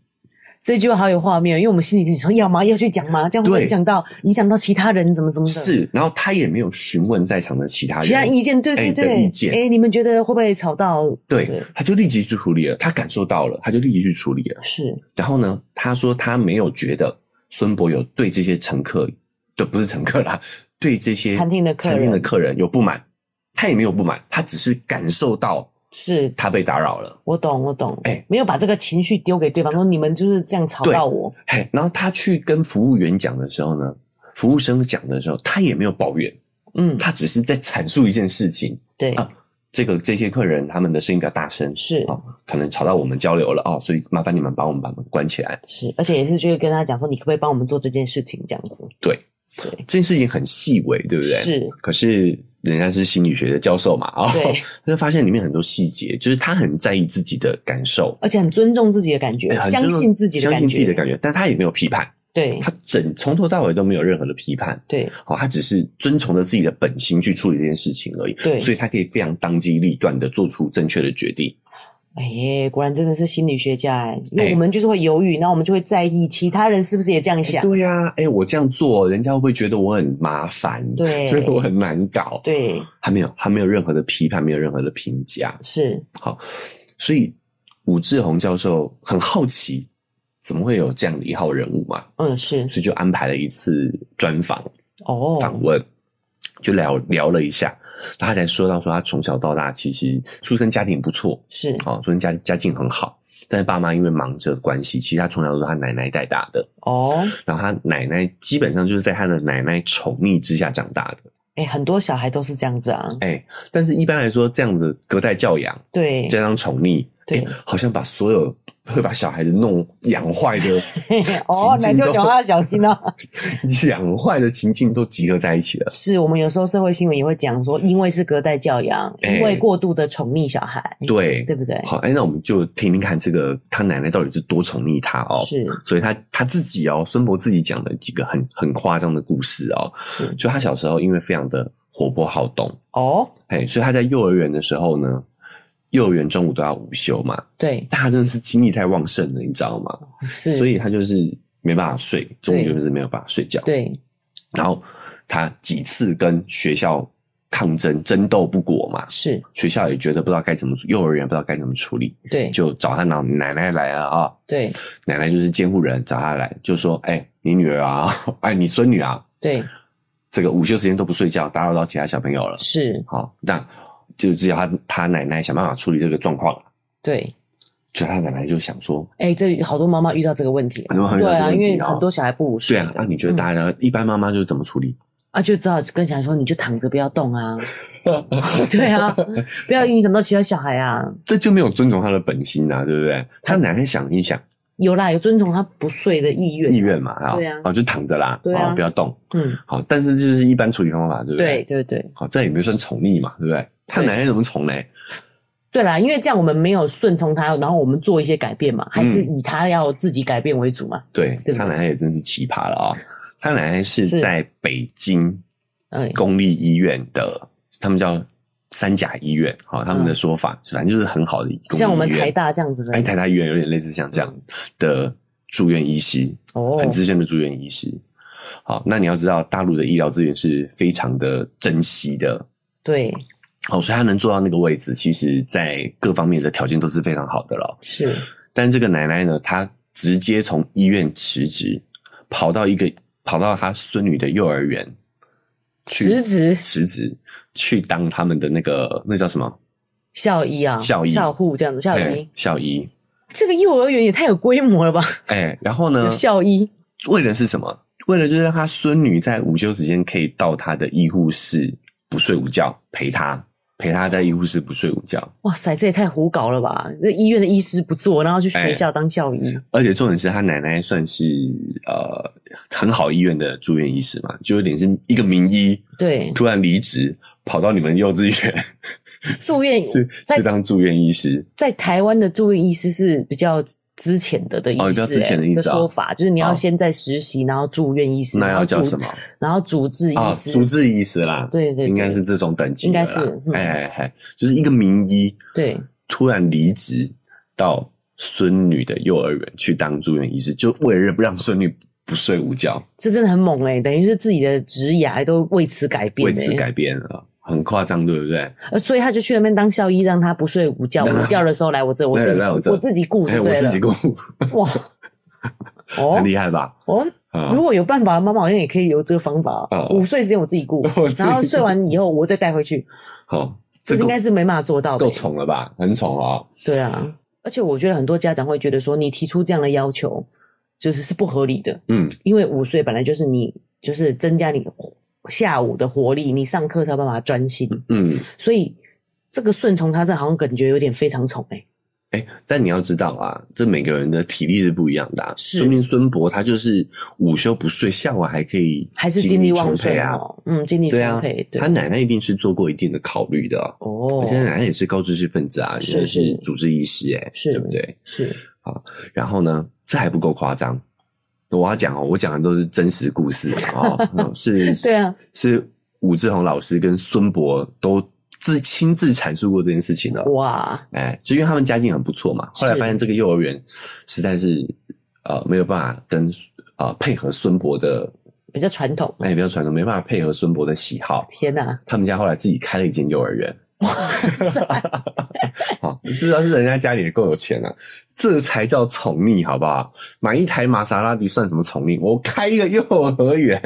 Speaker 2: 这句话好有画面，哦因为我们心里在想，要吗？要去讲吗？这样
Speaker 1: 对
Speaker 2: 会讲到影响到其他人，怎么怎么的？
Speaker 1: 是，然后他也没有询问在场的其他人，
Speaker 2: 其他意见，对
Speaker 1: 哎
Speaker 2: 对
Speaker 1: 的
Speaker 2: 对，
Speaker 1: 意见
Speaker 2: 哎，你们觉得会不会吵到？
Speaker 1: 对，他就立即去处理了，他感受到了，他就立即去处理了。
Speaker 2: 是
Speaker 1: 然后呢，他说他没有觉得孙博有对这些乘客，对，不是乘客啦，对这些
Speaker 2: 餐厅的客人
Speaker 1: 餐厅的客人有不满，他也没有不满，他只是感受到
Speaker 2: 是，
Speaker 1: 他被打扰了。
Speaker 2: 我懂我懂，
Speaker 1: 哎
Speaker 2: 没有把这个情绪丢给对方，说你们就是这样吵到我，
Speaker 1: 嘿，然后他去跟服务员讲的时候呢，服务生讲的时候，他也没有抱怨，
Speaker 2: 嗯，
Speaker 1: 他只是在阐述一件事情。
Speaker 2: 对，
Speaker 1: 啊这个这些客人他们的声音比较大声，
Speaker 2: 是
Speaker 1: 哦，可能吵到我们交流了哦，所以麻烦你们把我们把门关起来。
Speaker 2: 是，而且也是就是跟他讲说，你可不可以帮我们做这件事情，这样子，
Speaker 1: 对，
Speaker 2: 对，
Speaker 1: 这件事情很细微，对不对？。
Speaker 2: 是，
Speaker 1: 可是人家是心理学的教授嘛，哦，
Speaker 2: 对，
Speaker 1: 他就发现里面很多细节，就是他很在意自己的感受，
Speaker 2: 而且很尊重自己的感觉
Speaker 1: 哎，很
Speaker 2: 相
Speaker 1: 尊重
Speaker 2: 信自己的
Speaker 1: 相
Speaker 2: 感
Speaker 1: 信自己的
Speaker 2: 觉，
Speaker 1: 感觉，但他也没有批判，
Speaker 2: 对
Speaker 1: 他整从头到尾都没有任何的批判，
Speaker 2: 对
Speaker 1: 好、哦他只是遵从着自己的本心去处理这件事情而已，
Speaker 2: 对
Speaker 1: 所以他可以非常当机立断的做出正确的决定。
Speaker 2: 哎耶，果然真的是心理学家哎，因为
Speaker 1: 哎
Speaker 2: 我们就是会犹豫，然后我们就会在意其他人是不是也这样想，
Speaker 1: 对呀、哎、我这样做，人家会不会觉得我很麻烦？
Speaker 2: 对
Speaker 1: 所以我很难搞。，
Speaker 2: 对，
Speaker 1: 他没有，他没有任何的批判，没有任何的评价，
Speaker 2: 是，
Speaker 1: 所以武志红教授很好奇，怎么会有这样的一号人物嘛？
Speaker 2: 嗯，是，
Speaker 1: 所以就安排了一次专访
Speaker 2: 哦，
Speaker 1: 访问，就聊聊了一下，他才说到说他从小到大其实出生家庭不错，
Speaker 2: 是，
Speaker 1: 哦，出生家家境很好，但是爸妈因为忙着的关系，其实他从小都是他奶奶带大的，
Speaker 2: 哦，
Speaker 1: 然后他奶奶基本上就是在他的奶奶宠溺之下长大的，
Speaker 2: 哎，很多小孩都是这样子啊，
Speaker 1: 哎，但是一般来说这样的隔代教养
Speaker 2: 对，
Speaker 1: 加上宠溺，
Speaker 2: 对
Speaker 1: 哎好像把所有会把小孩子弄养坏的
Speaker 2: 哦，奶
Speaker 1: 情境
Speaker 2: 就
Speaker 1: 都
Speaker 2: 讲话要小心哦。
Speaker 1: 养坏的情境都集合在一起了。
Speaker 2: 是我们有时候社会新闻也会讲说，因为是隔代教养，
Speaker 1: 哎
Speaker 2: 因为过度的宠溺小孩，
Speaker 1: 对，
Speaker 2: 对不对？
Speaker 1: 好，哎，那我们就听听看这个他奶奶到底是多宠溺他哦。
Speaker 2: 是
Speaker 1: 所以他他自己哦，孙博自己讲了几个很很夸张的故事哦。
Speaker 2: 是
Speaker 1: 就他小时候因为非常的活泼好动，
Speaker 2: 哦，
Speaker 1: 哎，所以他在幼儿园的时候呢，幼儿园中午都要午休嘛，
Speaker 2: 对，
Speaker 1: 但他真的是精力太旺盛了，你知道吗？
Speaker 2: 是，
Speaker 1: 所以他就是没办法睡，中午
Speaker 2: 对
Speaker 1: 就是没有办法睡觉。
Speaker 2: 对
Speaker 1: 然后他几次跟学校抗争争斗不果嘛，
Speaker 2: 是，
Speaker 1: 学校也觉得不知道该怎么，幼儿园不知道该怎么处理，
Speaker 2: 对
Speaker 1: 就找他奶奶奶来了啊、
Speaker 2: 对
Speaker 1: 奶奶就是监护人，找他来就说：“哎、你女儿啊， 哎，你孙女啊，
Speaker 2: 对
Speaker 1: 这个午休时间都不睡觉，打扰到其他小朋友了。
Speaker 2: 是，
Speaker 1: 好，那就只有他他奶奶想办法处理这个状况了。
Speaker 2: 对。
Speaker 1: 所以他奶奶就想说，
Speaker 2: 哎，这好多妈妈遇到这个问题，
Speaker 1: 很多妈妈遇到
Speaker 2: 对
Speaker 1: 这个
Speaker 2: 啊，
Speaker 1: 问
Speaker 2: 因
Speaker 1: 题
Speaker 2: 为
Speaker 1: 哦
Speaker 2: 很多小孩不午睡
Speaker 1: 对
Speaker 2: 的，
Speaker 1: 啊，那、你觉得
Speaker 2: 嗯
Speaker 1: 大家、一般妈妈就是怎么处理？
Speaker 2: 啊，就只好跟小孩说，你就躺着不要动啊， 对啊，不要影响到其他小孩啊。
Speaker 1: 这就没有遵从他的本心啊，对不对？他奶奶想一想，
Speaker 2: 有啦，有遵从他不睡的意愿，
Speaker 1: 意愿嘛，啊
Speaker 2: 对啊
Speaker 1: 哦，就躺着啦，
Speaker 2: 对啊
Speaker 1: 哦，不要动。
Speaker 2: 嗯，
Speaker 1: 好，但是就是一般处理方法，对不
Speaker 2: 对对对，
Speaker 1: 好，这也没算宠溺嘛，对不对？他
Speaker 2: 对
Speaker 1: 奶奶怎么宠嘞？
Speaker 2: 对啦，因为这样我们没有顺从他，然后我们做一些改变嘛，还
Speaker 1: 嗯
Speaker 2: 是以他要自己改变为主嘛。
Speaker 1: 对
Speaker 2: 对不对
Speaker 1: 他奶奶也真是奇葩了啊、他奶奶是
Speaker 2: 是
Speaker 1: 在北京
Speaker 2: 哎，
Speaker 1: 公立医院的，他们叫三甲医院，好、他们的说法，反正就是很好的公立医院。
Speaker 2: 嗯像我们台大这样子的
Speaker 1: 哎，台大医院有点类似像这样的住院医师，
Speaker 2: 哦
Speaker 1: 很，资深的住院医师。好，那你要知道，大陆的医疗资源是非常的珍惜的。
Speaker 2: 对，
Speaker 1: 好，所以他能做到那个位置，其实在各方面的条件都是非常好的了。
Speaker 2: 是
Speaker 1: 但这个奶奶呢，她直接从医院辞职，跑到一个跑到她孙女的幼儿园去
Speaker 2: 辞职
Speaker 1: 辞职，去当他们的那个那叫什么
Speaker 2: 校医啊，
Speaker 1: 校医
Speaker 2: 校护这样子，校
Speaker 1: 哎
Speaker 2: 医，
Speaker 1: 校医。
Speaker 2: 这个幼儿园也太有规模了吧？
Speaker 1: 哎、然后呢
Speaker 2: 有，校医，
Speaker 1: 为的是什么？为了就是让她孙女在午休时间可以到她的医护室不睡午觉，陪她陪她在医护室不睡午觉。
Speaker 2: 哇塞，这也太胡搞了吧？那医院的医师不做，然后去学
Speaker 1: 哎
Speaker 2: 校当校医，
Speaker 1: 而且重点是她奶奶算是呃很好医院的住院医师嘛，就有点是一个名医，
Speaker 2: 对，
Speaker 1: 突然离职，跑到你们幼稚园
Speaker 2: 住院
Speaker 1: 去
Speaker 2: 在
Speaker 1: 去当住院医师。
Speaker 2: 在台湾的住院医师是比较之前的的医师、
Speaker 1: 哦比较之前的意思啊
Speaker 2: 说法，就是你要
Speaker 1: 哦
Speaker 2: 先在实习，然后住院医师，
Speaker 1: 那
Speaker 2: 然后
Speaker 1: 要叫
Speaker 2: 主
Speaker 1: 什么？
Speaker 2: 然后主治
Speaker 1: 啊？
Speaker 2: 医师，
Speaker 1: 主治医师啦，
Speaker 2: 对对对
Speaker 1: 应该是这种等级的啦
Speaker 2: 应该是嗯
Speaker 1: 哎哎哎，就是一个名医
Speaker 2: 对
Speaker 1: 突然离职到孙女的幼儿园去当住院医师，就为了让孙女不睡午觉，
Speaker 2: 这真的很猛嘞、等于是自己的职涯都为此改变、
Speaker 1: 为
Speaker 2: 欸，
Speaker 1: 此改变了，很夸张，对不对？
Speaker 2: 呃，所以他就去那边当校医，让他不睡午 觉，午觉的时候来我这，我自己
Speaker 1: 来我这
Speaker 2: 我自己顾
Speaker 1: 哎，
Speaker 2: 就
Speaker 1: 我
Speaker 2: 对
Speaker 1: 自
Speaker 2: 了
Speaker 1: 己，过，
Speaker 2: 哇， 哦
Speaker 1: 很厉害吧？
Speaker 2: 哦，
Speaker 1: 啊
Speaker 2: 如，果有办法，妈妈好像也可以有这个方法
Speaker 1: 哦，
Speaker 2: 午睡时间我自己顾
Speaker 1: 我自，己
Speaker 2: 然后睡完以后我再带回去，
Speaker 1: 好，这
Speaker 2: 这应
Speaker 1: 够
Speaker 2: 该是没办法做到的
Speaker 1: 够
Speaker 2: 欸，
Speaker 1: 宠了吧？很宠哦。
Speaker 2: 对啊，而且我觉得很多家长会觉得说，你提出这样的要求，就是是不合理的，
Speaker 1: 嗯，
Speaker 2: 因为午睡本来就是你就是增加你下午的活力，你上课才有办法专心，
Speaker 1: 嗯，
Speaker 2: 所以这个顺从他这好像感觉有点非常宠哎、
Speaker 1: 哎，但你要知道啊，这每个人的体力是不一样的、啊，
Speaker 2: 是
Speaker 1: 说明孙博他就是午休不睡，下午还可以
Speaker 2: 还是
Speaker 1: 精
Speaker 2: 精力旺
Speaker 1: 充
Speaker 2: 盛
Speaker 1: 沛啊，
Speaker 2: 哦，嗯，精力充
Speaker 1: 对啊
Speaker 2: 沛，，对,、
Speaker 1: 他奶奶一定是做过一定的考虑的、哦。
Speaker 2: 哦
Speaker 1: 现在奶奶也是高知识分子啊，
Speaker 2: 是
Speaker 1: 原来
Speaker 2: 是
Speaker 1: 是主治医师、哎，
Speaker 2: 是
Speaker 1: 对不对？
Speaker 2: 是
Speaker 1: 然后呢，这还不够夸张，我要讲哦，我讲的都是真实故事 哦，嗯是，
Speaker 2: 对啊，
Speaker 1: 是武志红老师跟孙博都自亲自阐述过这件事情的。
Speaker 2: 哇，
Speaker 1: 哎，就因为他们家境很不错嘛，后来
Speaker 2: 哦是
Speaker 1: 发现这个幼儿园实在是呃没有办法跟呃配合孙博的，
Speaker 2: 比较传统。
Speaker 1: 哎，比较传统，没办法配合孙博的喜好。
Speaker 2: 天哪、
Speaker 1: 他们家后来自己开了一间幼儿园， 好，是不是要是人家家里也够有钱啊？这才叫宠溺，好不好？买一台玛莎拉蒂算什么宠溺？我开一个幼儿园，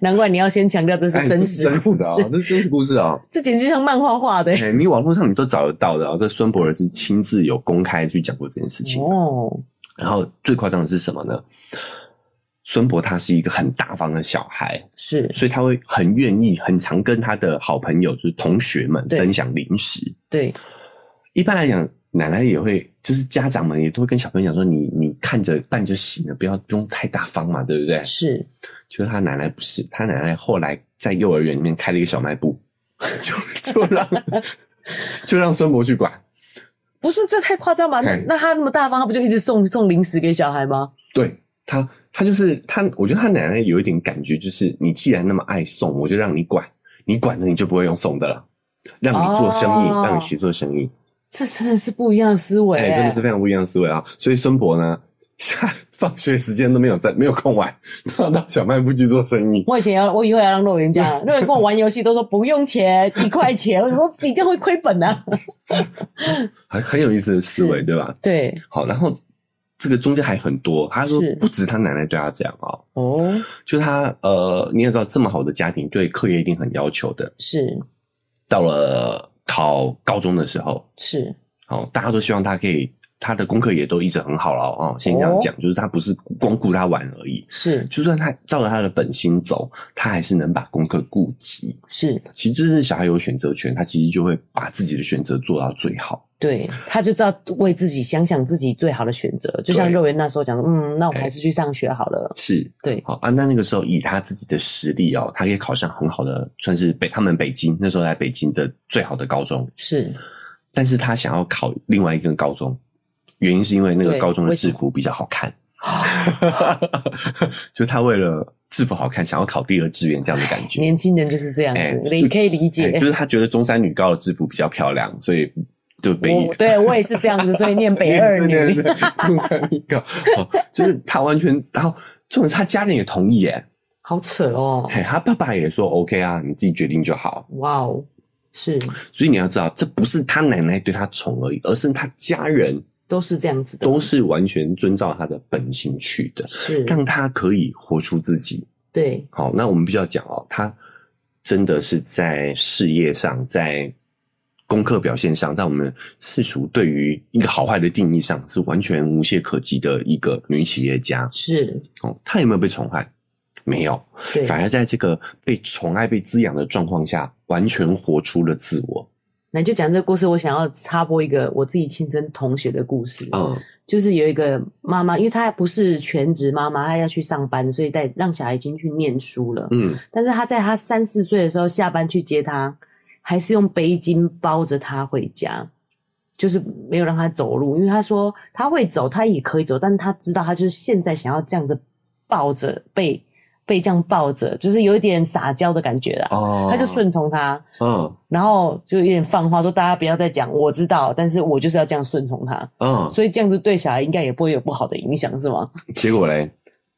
Speaker 2: 难怪你要先强调 这
Speaker 1: 哎
Speaker 2: 是真
Speaker 1: 这是
Speaker 2: 实
Speaker 1: 真
Speaker 2: 故
Speaker 1: 实
Speaker 2: 事
Speaker 1: 的，哦，这是真实故事哦。
Speaker 2: 这简直就像漫画画的、
Speaker 1: 哎、你网络上你都找得到的、哦。这孙博尔是亲自有公开去讲过这件事情。
Speaker 2: 哦，
Speaker 1: 然后最夸张的是什么呢？孙博他是一个很大方的小孩，
Speaker 2: 是
Speaker 1: 所以他会很愿意、很常跟他的好朋友，就是同学们
Speaker 2: 对
Speaker 1: 分享零食。
Speaker 2: 对，
Speaker 1: 一般来讲，奶奶也会，就是家长们也都会跟小朋友讲说：“你你看着办就行了，不要不用太大方嘛，对不对
Speaker 2: 是？”
Speaker 1: 就是他奶奶不是，他奶奶后来在幼儿园里面开了一个小卖部，就就让就让孙博去管。
Speaker 2: 不是这太夸张吧？那
Speaker 1: 哎
Speaker 2: 那他那么大方，他不就一直送送零食给小孩吗？
Speaker 1: 对他，他就是他，我觉得他奶奶有一点感觉，就是你既然那么爱送，我就让你管，你管了你就不会用送的了，让你做生意，
Speaker 2: 哦
Speaker 1: 让你去做生意，
Speaker 2: 这真的是不一样的思维、欸
Speaker 1: 哎、真的是非常不一样的思维啊！所以孙博呢， 下放学时间都没有在，没有空玩， 都要到小卖部去做生意。
Speaker 2: 我以前要，我以后要让肉圆这样，肉圆跟我玩游戏都说不用钱，一块钱，我说你这样会亏本啊。
Speaker 1: 很很有意思的思维，
Speaker 2: 是
Speaker 1: 对吧？
Speaker 2: 对，
Speaker 1: 好，然后这个中间还很多，他说
Speaker 2: 是
Speaker 1: 不止他奶奶对他这样哦，
Speaker 2: 哦，
Speaker 1: 就他呃，你也知道，这么好的家庭对课业一定很要求的。
Speaker 2: 是
Speaker 1: 到了考高中的时候，
Speaker 2: 是，
Speaker 1: 哦，大家都希望他可以，他的功课也都一直很好了哦。先这样讲，就是他不是光顾他玩而已，
Speaker 2: 是
Speaker 1: 就算他照着他的本心走，他还是能把功课顾及。
Speaker 2: 是，
Speaker 1: 其实就是小孩有选择权，他其实就会把自己的选择做到最好。
Speaker 2: 对，他就知道为自己想想自己最好的选择，就像
Speaker 1: 对
Speaker 2: 肉圆那时候讲的，嗯，那我
Speaker 1: 哎
Speaker 2: 还是去上学好了。
Speaker 1: 是，
Speaker 2: 对，
Speaker 1: 好、啊。那那个时候以他自己的实力哦，他可以考上很好的，算是北他们北京那时候在北京的最好的高中。
Speaker 2: 是
Speaker 1: 但是他想要考另外一个高中，原因是因为那个
Speaker 2: 对
Speaker 1: 高中的
Speaker 2: 为什
Speaker 1: 制
Speaker 2: 么
Speaker 1: 服比较好 看，就他为了制服好看，想要考第二志愿这样的感觉。
Speaker 2: 年轻人就是这样
Speaker 1: 哎
Speaker 2: 子，你
Speaker 1: 就
Speaker 2: 可以理解
Speaker 1: 哎。就是他觉得中山女高的制服比较漂亮，所以就北一
Speaker 2: 我对我也是这样子，所以念北二
Speaker 1: 对
Speaker 2: 女
Speaker 1: 对对中山女高，好就是他完全，然后重点是他家人也同意耶，
Speaker 2: 好扯哦，
Speaker 1: 哎，他爸爸也说 OK 啊，你自己决定就好。
Speaker 2: 哇哦，是
Speaker 1: 所以你要知道，这不是他奶奶对他宠而已，而是他家人
Speaker 2: 都是这样子的，
Speaker 1: 都是完全遵照他的本心去的，
Speaker 2: 是
Speaker 1: 让他可以活出自己。
Speaker 2: 对
Speaker 1: 好，那我们必须要讲哦，他真的是在事业上，在功课表现上，在我们世俗对于一个好坏的定义上，是完全无懈可击的一个女企业家。
Speaker 2: 是，
Speaker 1: 哦，她有没有被宠爱？没有，
Speaker 2: 对
Speaker 1: 反而在这个被宠爱、被滋养的状况下，完全活出了自我。
Speaker 2: 那就讲这个故事，我想要插播一个我自己亲身同学的故事。
Speaker 1: 嗯，
Speaker 2: 就是有一个妈妈，因为她不是全职妈妈，她要去上班，所以带让小孩已经去念书了。
Speaker 1: 嗯，
Speaker 2: 但是她在她三四岁的时候下班去接她，还是用背巾包着她回家，就是没有让她走路，因为她说她会走，她也可以走，但是她知道她就是现在想要这样子抱着被被这样抱着，就是有一点撒娇的感觉啦。
Speaker 1: 哦，
Speaker 2: 她就，顺从她，
Speaker 1: 嗯
Speaker 2: 然后就有点放话说大家不要再讲，我知道，但是我就是要这样顺从他，
Speaker 1: 嗯，
Speaker 2: 所以这样子对小孩应该也不会有不好的影响，是吗？
Speaker 1: 结果嘞，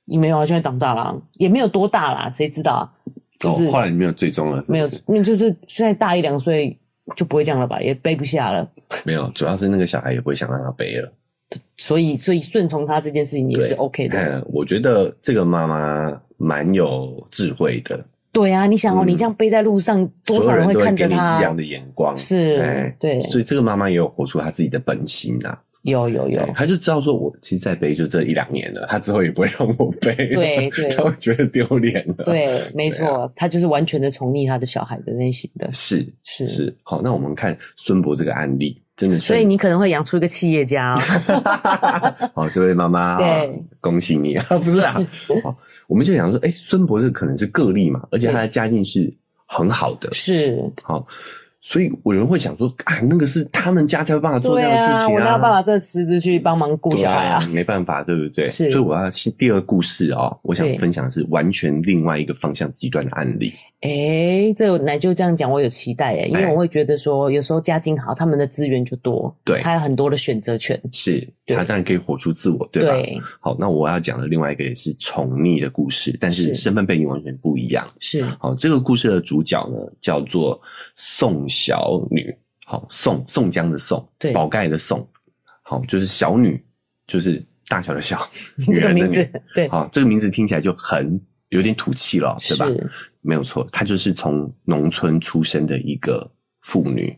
Speaker 2: 你没有啊，现在长大啦，也没有多大啦，谁知道啊？就是、
Speaker 1: 哦，后来你没有追踪了，是不
Speaker 2: 没有
Speaker 1: 是，
Speaker 2: 那就是现在大一两岁就不会这样了吧，也背不下了，
Speaker 1: 没有，主要是那个小孩也不会想让他背了。
Speaker 2: 所以所以顺从他这件事情也是
Speaker 1: 对
Speaker 2: OK 的。
Speaker 1: 嗯，我觉得这个妈妈蛮有智慧的，
Speaker 2: 对啊，你想哦，
Speaker 1: 嗯
Speaker 2: 你这样背在路上，多
Speaker 1: 所
Speaker 2: 少
Speaker 1: 有
Speaker 2: 人
Speaker 1: 人
Speaker 2: 会
Speaker 1: 都
Speaker 2: 看
Speaker 1: 给
Speaker 2: 着
Speaker 1: 你
Speaker 2: 他
Speaker 1: 一？样的眼光，
Speaker 2: 是
Speaker 1: 哎，
Speaker 2: 对，
Speaker 1: 所以这个妈妈也有活出她自己的本心啊，
Speaker 2: 有有有
Speaker 1: 哎，她就知道说，我其实再背就这一两年了，她之后也不会让我背了，
Speaker 2: 对对
Speaker 1: 她会觉得丢脸了，，
Speaker 2: 对， 没
Speaker 1: 对啊
Speaker 2: 错，他就是完全的宠溺他的小孩的类型的，
Speaker 1: 是
Speaker 2: 是
Speaker 1: 是，好，那我们看孙博这个案例，真的是，
Speaker 2: 所以你可能会养出一个企 业家、哦。
Speaker 1: 好，这位妈妈，
Speaker 2: 对，
Speaker 1: 恭喜你啊！不是 啊，好，我们就想说，哎、孙博这可能是个例嘛，而且他的家境是很好的，
Speaker 2: 是
Speaker 1: 好，所以有人会想说啊，那个是他们家才有办法做这样
Speaker 2: 对
Speaker 1: 的事
Speaker 2: 啊，
Speaker 1: 情
Speaker 2: 我哪有办法这辞职去帮忙顾
Speaker 1: 对
Speaker 2: 小孩啊？
Speaker 1: 没办法，对不对？
Speaker 2: 是
Speaker 1: 所以我要先第二个故事哦，我想
Speaker 2: 对
Speaker 1: 分享的是完全另外一个方向极端的案例。
Speaker 2: 诶，哎这个奶就这样讲，我有期待诶，因为
Speaker 1: 哎
Speaker 2: 我会觉得说，有时候家境好，他们的资源就多，
Speaker 1: 对
Speaker 2: 他有很多的选择权，
Speaker 1: 是
Speaker 2: 对
Speaker 1: 他当然可以活出自我，对吧？好，那我要讲的另外一个也是宠溺的故事，但是
Speaker 2: 是
Speaker 1: 身份背景完全不一样。
Speaker 2: 是
Speaker 1: 好，这个故事的主角呢叫做宋小女，好，宋宋江的宋，
Speaker 2: 对
Speaker 1: 宝盖的宋，好，就是小女，就是大小的小，女
Speaker 2: 这个
Speaker 1: 人的
Speaker 2: 名
Speaker 1: 女
Speaker 2: 字，，对，
Speaker 1: 好，这个名字听起来就很有点土气了，对
Speaker 2: 是
Speaker 1: 吧？没有错，她就是从农村出生的一个妇女，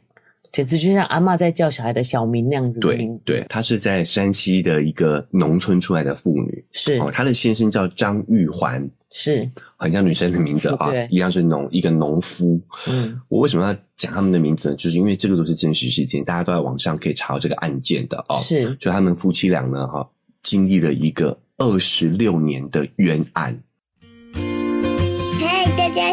Speaker 2: 简直就像阿嬷在叫小孩的小名那样子的
Speaker 1: 对
Speaker 2: 名，
Speaker 1: 对，她是在山西的一个农村出来的妇女，
Speaker 2: 是
Speaker 1: 哦，她的先生叫张玉环，
Speaker 2: 是，
Speaker 1: 很像女生的名字啊
Speaker 2: 对，
Speaker 1: 一样是农一个农夫。
Speaker 2: 嗯，
Speaker 1: 我为什么要讲他们的名字呢？就是因为这个都是真实事件，大家都在网上可以查到这个案件的哦。
Speaker 2: 是
Speaker 1: 就他们夫妻俩呢，哈、经历了一个二十六年的冤案。
Speaker 3: 嗨，大家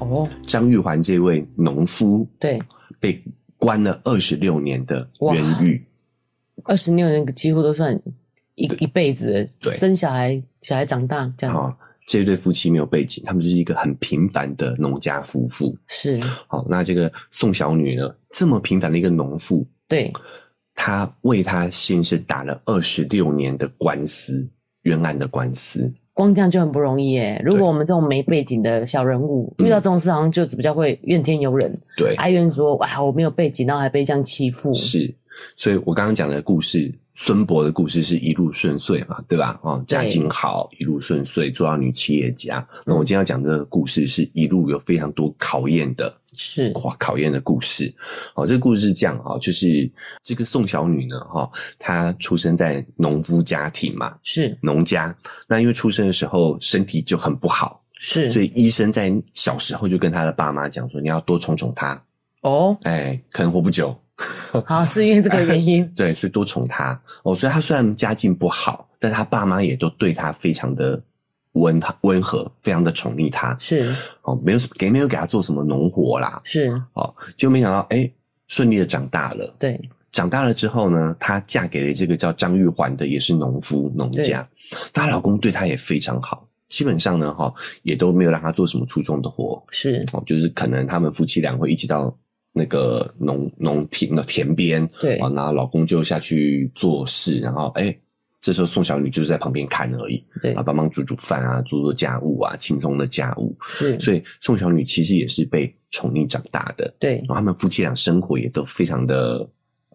Speaker 2: 哦，
Speaker 1: 张玉环这位农夫
Speaker 2: 对，
Speaker 1: 被关了二十六年的冤狱，
Speaker 2: 二十六年几乎都算一一辈子，
Speaker 1: 对
Speaker 2: 生小孩，小孩长大这样
Speaker 1: 啊、
Speaker 2: 子、
Speaker 1: 这对夫妻没有背景，他们就是一个很平凡的农家夫妇。
Speaker 2: 是，
Speaker 1: 好，那这个宋小女呢，这么平凡的一个农妇，
Speaker 2: 对，
Speaker 1: 她为她先生打了二十六年的官司，冤案的官司。
Speaker 2: 光这样就很不容易耶。如果我们这种没背景的小人物
Speaker 1: 嗯
Speaker 2: 遇到这种事，好像就比较会怨天尤人，
Speaker 1: 对，
Speaker 2: 哀怨说：“哇，我没有背景，然后还被这样欺负。”
Speaker 1: 是，所以我刚刚讲的故事，孙博的故事是一路顺遂嘛，对吧？哦，家
Speaker 2: 对
Speaker 1: 境好，一路顺遂，做到女企业家。那我今天要讲这个故事，是一路有非常多考验的
Speaker 2: 是
Speaker 1: 哇考验的故事。哦，这个故事是这样啊、哦，就是这个宋小女呢，哈、她出生在农夫家庭嘛，
Speaker 2: 是
Speaker 1: 农家。那因为出生的时候身体就很不好，
Speaker 2: 是，
Speaker 1: 所以医生在小时候就跟她的爸妈讲说，你要多宠宠她，
Speaker 2: 哦，
Speaker 1: 哎，可能活不久。
Speaker 2: 好，是因为这个 原因
Speaker 1: 对，所以多宠他哦。所以他虽然家境不好，但他爸妈也都对他非常的温温和，非常的宠溺他
Speaker 2: 是
Speaker 1: 哦，没有什给没有给他做什么农活啦
Speaker 2: 是，
Speaker 1: 哦，就没想到哎，顺利的长大了。
Speaker 2: 对，
Speaker 1: 长大了之后呢，她嫁给了这个叫张玉环的，也是农夫农家，她老公对她也非常好，基本上呢哈、也都没有让她做什么粗重的活
Speaker 2: 是
Speaker 1: 哦，就是可能他们夫妻俩会一起到。那个农农田的田边，
Speaker 2: 对
Speaker 1: 啊，那老公就下去做事，然后哎、这时候宋小女就是在旁边看而已，
Speaker 2: 对
Speaker 1: 啊，帮忙煮煮饭啊，做做家务啊，轻松的家务。
Speaker 2: 是，
Speaker 1: 所以宋小女其实也是被宠溺长大的，
Speaker 2: 对
Speaker 1: 然后他们夫妻俩生活也都非常的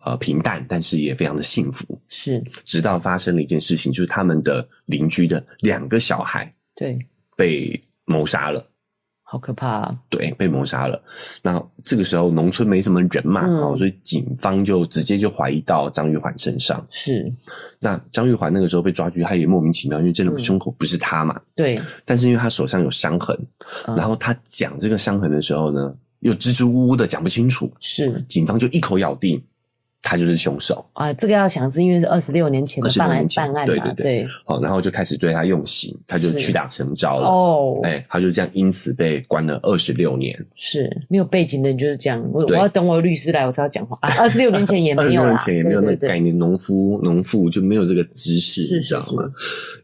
Speaker 1: 呃平淡，但是也非常的幸福。
Speaker 2: 是，
Speaker 1: 直到发生了一件事情，就是他们的邻居的两个小孩
Speaker 2: 对，
Speaker 1: 被谋杀了。
Speaker 2: 好可怕啊！
Speaker 1: 对，被谋杀了。那这个时候农村没什么人嘛，
Speaker 2: 嗯
Speaker 1: 哦，所以警方就直接就怀疑到张玉环身上。
Speaker 2: 是
Speaker 1: 那张玉环那个时候被抓去，他也莫名其妙，因为真的
Speaker 2: 嗯
Speaker 1: 胸口不是他嘛，
Speaker 2: 对，
Speaker 1: 但是因为他手上有伤痕，
Speaker 2: 嗯
Speaker 1: 然后他讲这个伤痕的时候呢，又支支吾吾的讲不清楚，
Speaker 2: 是
Speaker 1: 警方就一口咬定他就是凶手，
Speaker 2: 啊，这个要想是因为是二十六年前的
Speaker 1: 26
Speaker 2: 办案
Speaker 1: 年前
Speaker 2: 办案
Speaker 1: 对
Speaker 2: 嘛，
Speaker 1: 对
Speaker 2: 对，
Speaker 1: 哦，然后就开始对他用刑，他就是屈打成招了，
Speaker 2: 哦，
Speaker 1: 哎，他就这样因此被关了二十六年，
Speaker 2: 是没有背景的人就是这样。我我
Speaker 1: 对
Speaker 2: 要等我律师来，我才要讲话啊。二十 六年前也
Speaker 1: 二十
Speaker 2: 没有
Speaker 1: 六
Speaker 2: 啦，
Speaker 1: 年前也没有那
Speaker 2: 对
Speaker 1: 个
Speaker 2: 对
Speaker 1: 概念，农夫农妇就没有这个知识，
Speaker 2: 是
Speaker 1: 你知道
Speaker 2: 是
Speaker 1: 吗？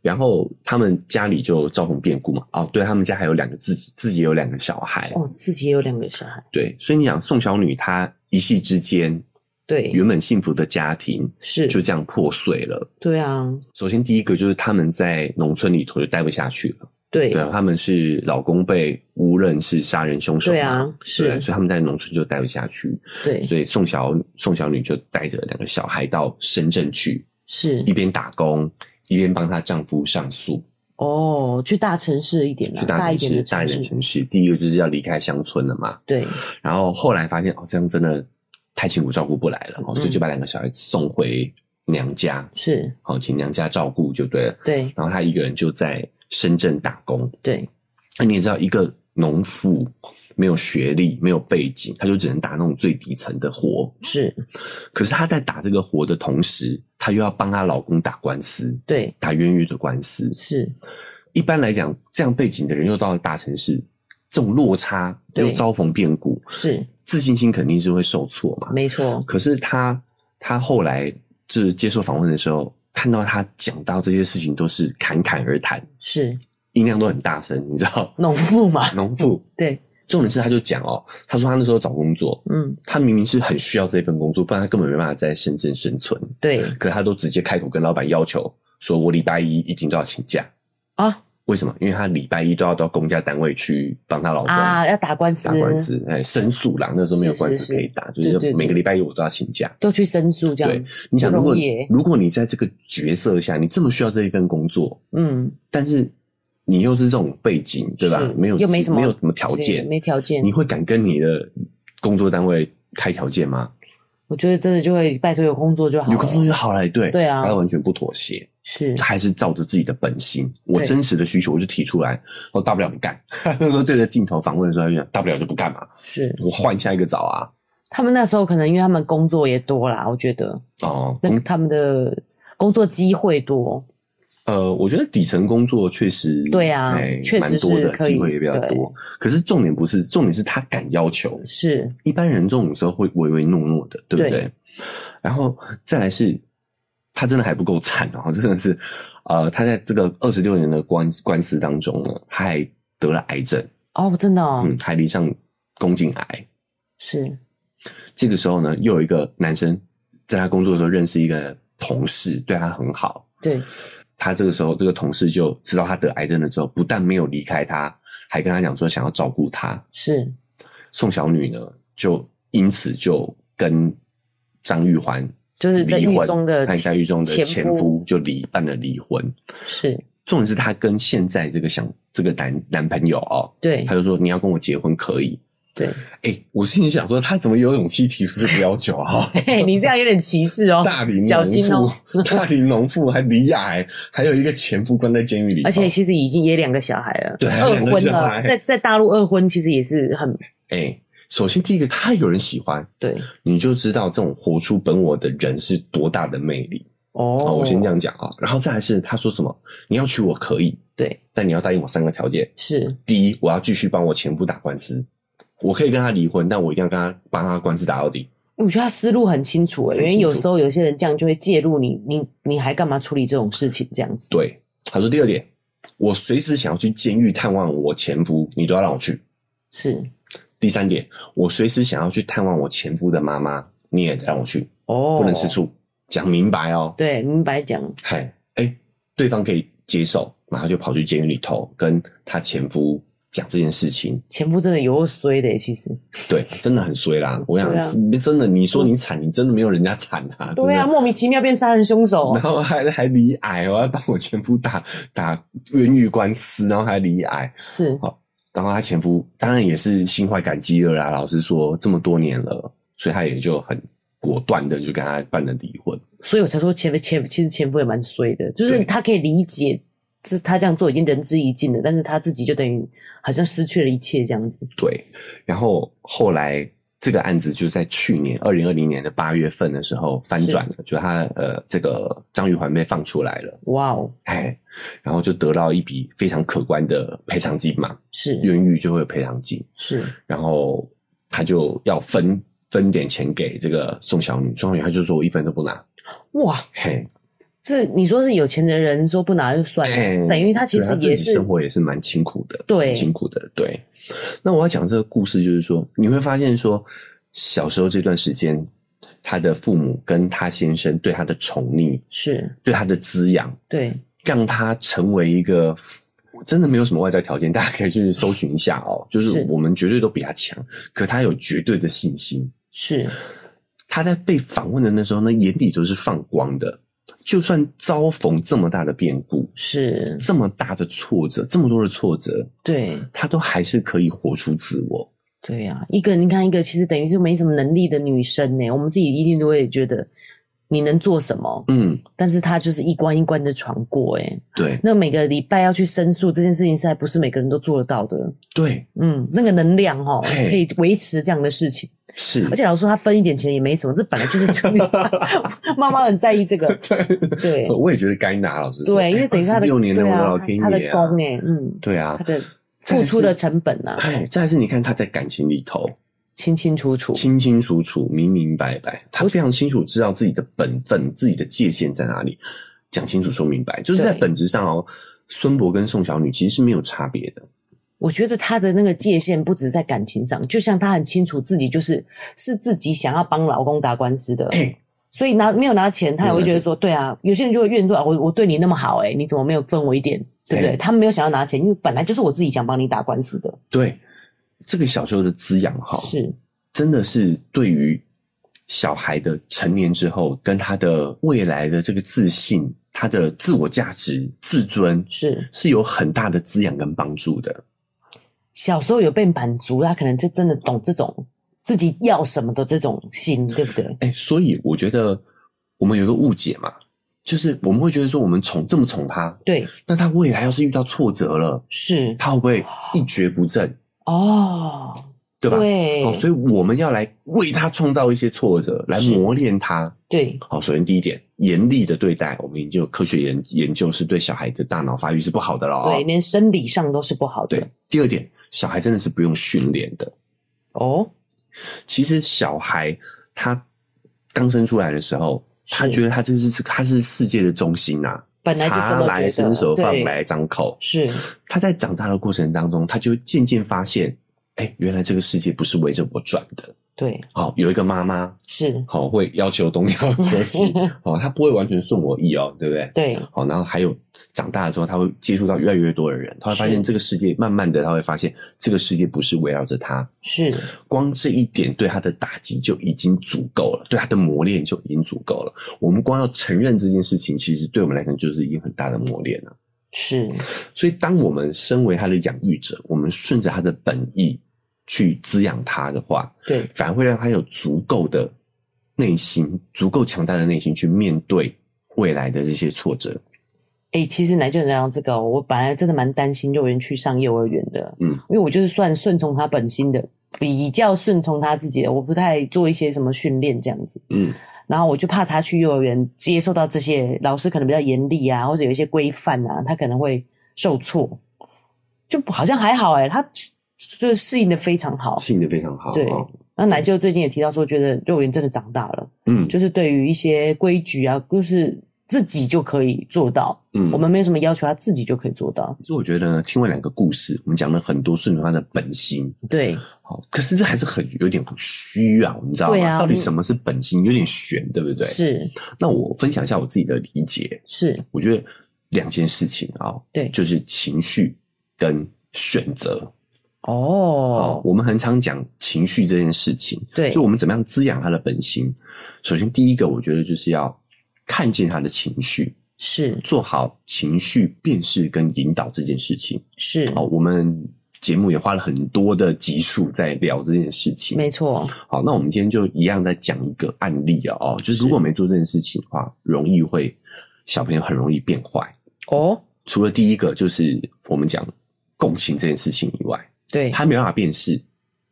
Speaker 1: 然后他们家里就遭逢变故嘛，哦，对他们家还有两个自己自己也有两个小孩，
Speaker 2: 对。哦，自己也有两个小孩，
Speaker 1: 对，所以你想宋小女她一夕之间，
Speaker 2: 对，
Speaker 1: 原本幸福的家庭
Speaker 2: 是，
Speaker 1: 就这样破碎了。
Speaker 2: 对啊，
Speaker 1: 首先第一个就是他们在农村里头就待不下去了，
Speaker 2: 对
Speaker 1: 对啊，他们是老公被诬认是杀人凶手嘛，
Speaker 2: 对啊是
Speaker 1: 对所以他们在农村就待不下去，
Speaker 2: 对
Speaker 1: 所以宋小宋小女就带着两个小孩到深圳去，
Speaker 2: 是
Speaker 1: 一边打工。一边帮她丈夫上诉，
Speaker 2: 哦，去大城市一点啦
Speaker 1: 去，大
Speaker 2: 嗯一
Speaker 1: 城
Speaker 2: 点的
Speaker 1: 市，大
Speaker 2: 城
Speaker 1: 一点的城市。第一个就是要离开乡村了嘛，
Speaker 2: 对
Speaker 1: 然后后来发现哦，这样真的太辛苦照顾不来了，哦所以就把两个小孩送回娘家，
Speaker 2: 是
Speaker 1: 好、请娘家照顾就对了。
Speaker 2: 对
Speaker 1: 然后他一个人就在深圳打工。
Speaker 2: 对，
Speaker 1: 那你也知道，一个农妇没有学历、没有背景，他就只能打那种最底层的活。
Speaker 2: 是，
Speaker 1: 可是她在打这个活的同时，她又要帮她老公打官司，
Speaker 2: 对
Speaker 1: 打冤狱的官司。
Speaker 2: 是，
Speaker 1: 一般来讲，这样背景的人又到了大城市，这种落差
Speaker 2: 对
Speaker 1: 又遭逢变故，
Speaker 2: 是
Speaker 1: 自信心肯定是会受挫嘛。
Speaker 2: 没错，
Speaker 1: 可是她，她后来就是接受访问的时候，看到她讲到这些事情都是侃侃而谈，
Speaker 2: 是
Speaker 1: 音量都很大声，你知道，
Speaker 2: 农妇嘛，
Speaker 1: 农妇。
Speaker 2: 嗯对，
Speaker 1: 重点是，她就讲哦，她说她那时候找工作，
Speaker 2: 嗯，
Speaker 1: 她明明是很需要这份工作，不然她根本没办法在深圳生存。
Speaker 2: 对
Speaker 1: 可他都直接开口跟老板要求说，我礼拜一一定都要请假。
Speaker 2: 啊
Speaker 1: 为什么？因为他礼拜一都要到公家单位去帮他老公
Speaker 2: 啊，要打官司，
Speaker 1: 打官司，哎、申诉啦。那时候没有官
Speaker 2: 是
Speaker 1: 司
Speaker 2: 是是
Speaker 1: 可以打，
Speaker 2: 对
Speaker 1: 就是
Speaker 2: 对对
Speaker 1: 每个礼拜一我都要请假。
Speaker 2: 都去申诉这样
Speaker 1: 对，你想，
Speaker 2: 不
Speaker 1: 如
Speaker 2: 容
Speaker 1: 果
Speaker 2: 易耶
Speaker 1: 如果你在这个角色下，你这么需要这一份工作，
Speaker 2: 嗯，
Speaker 1: 但是你又是这种背景，对吧
Speaker 2: 是？
Speaker 1: 没有
Speaker 2: 又没什么
Speaker 1: 没有什么条
Speaker 2: 对
Speaker 1: 件，
Speaker 2: 没条件
Speaker 1: 你，会敢跟你的工作单位开条件吗？
Speaker 2: 我觉得真的就会拜托有工作就好
Speaker 1: 有工作
Speaker 2: 了，
Speaker 1: 就好了，对
Speaker 2: 对啊
Speaker 1: 他完全不妥协。
Speaker 2: 是
Speaker 1: 还是照着自己的本心，我
Speaker 2: 对
Speaker 1: 真实的需求我就提出来，我大不了不干。 那时候对着镜头访问的时候，他就讲大不了就不干嘛，
Speaker 2: 是，
Speaker 1: 我换下一个找啊。
Speaker 2: 他们那时候可能因为他们工作也多啦，我觉得
Speaker 1: 哦，
Speaker 2: 那
Speaker 1: 工
Speaker 2: 他们的工作机会多，
Speaker 1: 呃，我觉得底层工作确实
Speaker 2: 对啊
Speaker 1: 哎
Speaker 2: 确实
Speaker 1: 蛮多
Speaker 2: 是
Speaker 1: 的
Speaker 2: 可以
Speaker 1: 机会也比较多。可是重点不是，重点是他敢要求，
Speaker 2: 是
Speaker 1: 一般人这种时候会唯唯诺诺的，对不对？
Speaker 2: 对
Speaker 1: 然后再来是，他真的还不够惨哦，真的是，呃，他在这个二十六年的官官司当中呢，他还得了癌症，
Speaker 2: 哦，真的哦，
Speaker 1: 嗯，还罹上宫颈癌。
Speaker 2: 是
Speaker 1: 这个时候呢，又有一个男生在他工作的时候认识一个同事，对他很好。
Speaker 2: 对，
Speaker 1: 他这个时候，这个同事就知道他得癌症的时候，不但没有离开他，还跟他讲说想要照顾他。
Speaker 2: 是
Speaker 1: 宋小女呢，就因此就跟张玉环
Speaker 2: 就是在
Speaker 1: 离
Speaker 2: 狱
Speaker 1: 婚
Speaker 2: 中的
Speaker 1: 和在狱中的
Speaker 2: 前
Speaker 1: 前
Speaker 2: 夫
Speaker 1: 夫就离办了离婚。
Speaker 2: 是，
Speaker 1: 重点是她跟现在这个想这个男男朋友哦，
Speaker 2: 对
Speaker 1: 他就说你要跟我结婚可以。
Speaker 2: 对，
Speaker 1: 哎、我心里想说，他怎么有勇气提出这个要求啊？
Speaker 2: 嘿，你这样有点歧视哦，
Speaker 1: 大龄
Speaker 2: 小
Speaker 1: 农
Speaker 2: 心哦。
Speaker 1: 妇，大龄农妇还离亚癌，还有一个前夫关在监狱里头，
Speaker 2: 而且其实已经也两个小孩了，
Speaker 1: 对还有
Speaker 2: 二
Speaker 1: 两个
Speaker 2: 婚
Speaker 1: 小
Speaker 2: 了，
Speaker 1: 孩
Speaker 2: 在在大陆二婚其实也是很
Speaker 1: 哎、首先第一个，他有人喜欢，
Speaker 2: 对
Speaker 1: 你就知道这种活出本我的人是多大的魅力
Speaker 2: 哦
Speaker 1: 啊、我先这样讲啊，然后再来是他说什么，你要娶我可以，
Speaker 2: 对
Speaker 1: 但你要答应我三个条件：
Speaker 2: 是
Speaker 1: 第一，我要继续帮我前夫打官司，我可以跟他离婚，但我一定要跟他帮他官司打到底。
Speaker 2: 我觉得他思路很清楚欸，因
Speaker 1: 很清楚
Speaker 2: 为有时候有些人这样就会介入你，你你还干嘛处理这种事情这样子？
Speaker 1: 对，他说第二点，我随时想要去监狱探望我前夫，你都要让我去。
Speaker 2: 是
Speaker 1: 第三点，我随时想要去探望我前夫的妈妈，你也让我去，
Speaker 2: 哦，
Speaker 1: 不能吃醋，讲明白哦。
Speaker 2: 对，明白讲
Speaker 1: 嗨，哎、对方可以接受，然后就跑去监狱里头跟他前夫讲这件事情。
Speaker 2: 前夫真的有够衰的欸，其实
Speaker 1: 对，真的很衰啦！我想、
Speaker 2: 对啊
Speaker 1: 是真的，你说你惨，你真的没有人家惨啊！真的
Speaker 2: 对啊，莫名其妙变杀人凶手
Speaker 1: 然，后还还离癌，我要帮我前夫打打冤狱官司，然后还离癌，
Speaker 2: 是
Speaker 1: 然后她前夫当然也是心怀感激了啦。老实说，这么多年了，所以她也就很果断的就跟他办了离婚。
Speaker 2: 所以我才说前前其实前夫也蛮衰的，就是
Speaker 1: 对
Speaker 2: 他可以理解，这他这样做已经仁至义尽了，但是他自己就等于好像失去了一切这样子。
Speaker 1: 对，然后后来这个案子就在去年二零二零年的八月份的时候翻转了，就他呃这个张玉环被放出来了，
Speaker 2: 哇哦，
Speaker 1: 哎，然后就得到一笔非常可观的赔偿金嘛，
Speaker 2: 是
Speaker 1: 冤狱就会有赔偿金，
Speaker 2: 是
Speaker 1: 然后他就要分分点钱给这个宋小女，宋小女她就说我一分都不拿，
Speaker 2: 哇，
Speaker 1: 嘿，
Speaker 2: 这你说是有钱的人说不拿就算了，
Speaker 1: 哎
Speaker 2: 等于他其
Speaker 1: 对
Speaker 2: 实
Speaker 1: 自己
Speaker 2: 也是
Speaker 1: 生活也是蛮辛苦的，
Speaker 2: 对
Speaker 1: 蛮辛苦的，对。那我要讲这个故事，就是说你会发现说，小时候这段时间，他的父母跟他先生对他的宠溺，
Speaker 2: 是
Speaker 1: 对他的滋养，
Speaker 2: 对
Speaker 1: 让他成为一个。真的没有什么外在条件，大家可以去搜寻一下哦。就是
Speaker 2: 是
Speaker 1: 我们绝对都比他强，可他有绝对的信心。
Speaker 2: 是
Speaker 1: 他在被访问的那时候呢，眼里都是放光的。就算遭逢这么大的变故，
Speaker 2: 是，
Speaker 1: 这么大的挫折，这么多的挫折，
Speaker 2: 对
Speaker 1: 他都还是可以活出自我。
Speaker 2: 对呀、一个你看一个其实等于是没什么能力的女生呢，我们自己一定都会觉得你能做什么，
Speaker 1: 嗯，
Speaker 2: 但是她就是一关一关的闯过，哎，
Speaker 1: 对
Speaker 2: 那每个礼拜要去申诉这件事情，是还不是每个人都做得到的？
Speaker 1: 对
Speaker 2: 嗯，那个能量哦，
Speaker 1: 嘿
Speaker 2: 可以维持这样的事情。
Speaker 1: 是
Speaker 2: 而，且老实说，他分一点钱也没什么，这本来 就是妈妈很在意这个。对
Speaker 1: 我也觉得该拿，老师
Speaker 2: 对，因为等于他
Speaker 1: 哦
Speaker 2: 的
Speaker 1: 六年的
Speaker 2: 对
Speaker 1: 我
Speaker 2: 啊
Speaker 1: 的老天
Speaker 2: 他的
Speaker 1: 爷啊，
Speaker 2: 功哎，嗯，
Speaker 1: 对啊
Speaker 2: 他，的
Speaker 1: 再
Speaker 2: 付
Speaker 1: 来
Speaker 2: 出
Speaker 1: 是
Speaker 2: 的成本呐、啊，
Speaker 1: 哎，再来是你看他在感情里头
Speaker 2: 清清楚楚。
Speaker 1: 清清楚楚、明明白白，他非常清楚知道自己的本分、自己的界限在哪里，讲清楚、说明白，就是在
Speaker 2: 对
Speaker 1: 本质上哦，孙博跟宋小女其实是没有差别的，
Speaker 2: 我觉得他的那个界限不止在感情上，就像他很清楚自己就是是自己想要帮老公打官司的，
Speaker 1: 哎，
Speaker 2: 所以拿没有拿钱，他也
Speaker 1: 没有
Speaker 2: 会
Speaker 1: 拿
Speaker 2: 觉得说，对啊，有些人就会怨说，啊我我对你那么好、哎，你怎么没有分我一点？对不对？
Speaker 1: 哎
Speaker 2: 他们没有想要拿钱，因为本来就是我自己想帮你打官司的，
Speaker 1: 对这个小时候的滋养哈，
Speaker 2: 是
Speaker 1: 真的是对于小孩的成年之后跟他的未来的这个自信、他的自我价值、自尊
Speaker 2: 是。
Speaker 1: 是有很大的滋养跟帮助的。
Speaker 2: 小时候有被满足，啊他可能就真的懂这种自己要什么的这种心，对不对？
Speaker 1: 哎、所以我觉得我们有一个误解嘛，就是我们会觉得说我们宠这么宠他，
Speaker 2: 对，
Speaker 1: 那他未来要是遇到挫折了，
Speaker 2: 是
Speaker 1: 他会不会一蹶不振，
Speaker 2: 哦，
Speaker 1: 对吧？
Speaker 2: 对
Speaker 1: 哦，所以我们要来为他创造一些挫折，来
Speaker 2: 是
Speaker 1: 磨练他。
Speaker 2: 对
Speaker 1: 好，首先第一点，严厉的对待，我们已经有科学研研究是对小孩的大脑发育是不好的了哦。
Speaker 2: 对，连生理上都是不好的
Speaker 1: 对，第二点，小孩真的是不用训练的。
Speaker 2: 哦，
Speaker 1: 其实小孩他刚生出来的时候，他
Speaker 2: 是
Speaker 1: 觉得他这是他是世界的中心呐、
Speaker 2: 本来就这
Speaker 1: 茶
Speaker 2: 么
Speaker 1: 来
Speaker 2: 觉得
Speaker 1: 伸手，饭
Speaker 2: 对，
Speaker 1: 来张口。
Speaker 2: 是
Speaker 1: 他在长大的过程当中，他就渐渐发现，哎，原来这个世界不是围着我转的。
Speaker 2: 对，
Speaker 1: 好、有一个妈妈，
Speaker 2: 是，
Speaker 1: 好、会要求东 要求 西，哦，他不会完全顺我意哦，对不对？
Speaker 2: 对，
Speaker 1: 好，然后还有长大了之后，他会接触到越来越多的人，他会发
Speaker 2: 是
Speaker 1: 现这个世界，慢慢的他会发现这个世界不是围绕着他，
Speaker 2: 是
Speaker 1: 光这一点对他的打击就已经足够了，对他的磨练就已经足够了。我们光要承认这件事情，其实对我们来讲就是已经很大的磨练了。
Speaker 2: 是，
Speaker 1: 所以，当我们身为他的养育者，我们顺着他的本意去滋养他的话，
Speaker 2: 对，
Speaker 1: 反而会让他有足够的内心，足够强大的内心去面对未来的这些挫折。
Speaker 2: 哎、其实奶就讲这个哦、我本来真的蛮担心幼儿园去上幼儿园的，
Speaker 1: 嗯，
Speaker 2: 因为我就是算顺从他本心的，比较顺从他自己的，我不太做一些什么训练这样子。
Speaker 1: 嗯，
Speaker 2: 然后我就怕他去幼儿园接受到这些老师可能比较严厉啊，或者有一些规范啊，他可能会受挫。就好像还好哎、他就是适应的非常好。
Speaker 1: 信的非常好。
Speaker 2: 对
Speaker 1: 哦
Speaker 2: 那奶舅最近也提到说，觉得幼儿园真的长大了，
Speaker 1: 嗯，
Speaker 2: 就是对于一些规矩啊，就是自己就可以做到。
Speaker 1: 嗯
Speaker 2: 我们没有什么要求，他自己就可以做到。
Speaker 1: 所以我觉得呢，听完两个故事，我们讲了很多顺从他的本心，
Speaker 2: 对，
Speaker 1: 好，可是这还是很有点很虚啊，你知道
Speaker 2: 对
Speaker 1: 吗？
Speaker 2: 啊
Speaker 1: 到底什么是本心，有点悬，对不对？。
Speaker 2: 是
Speaker 1: 那我分享一下我自己的理解，
Speaker 2: 是，
Speaker 1: 我觉得两件事情啊、
Speaker 2: 对，
Speaker 1: 就是情绪跟选择。哦，
Speaker 2: 哦，
Speaker 1: 我们很常讲情绪这件事情，
Speaker 2: 对
Speaker 1: 就我们怎么样滋养他的本心。首先，第一个，我觉得就是要看见他的情绪，
Speaker 2: 是
Speaker 1: 做好情绪辨识跟引导这件事情。
Speaker 2: 是，
Speaker 1: 好，我们节目也花了很多的集数在聊这件事情。
Speaker 2: 没错，
Speaker 1: 好，那我们今天就一样再讲一个案例啊、哦，就是如果没做这件事情的话，容易会小朋友很容易变坏。
Speaker 2: 哦，
Speaker 1: 除了第一个就是我们讲共情这件事情以外，
Speaker 2: 对，
Speaker 1: 他没办法辨识，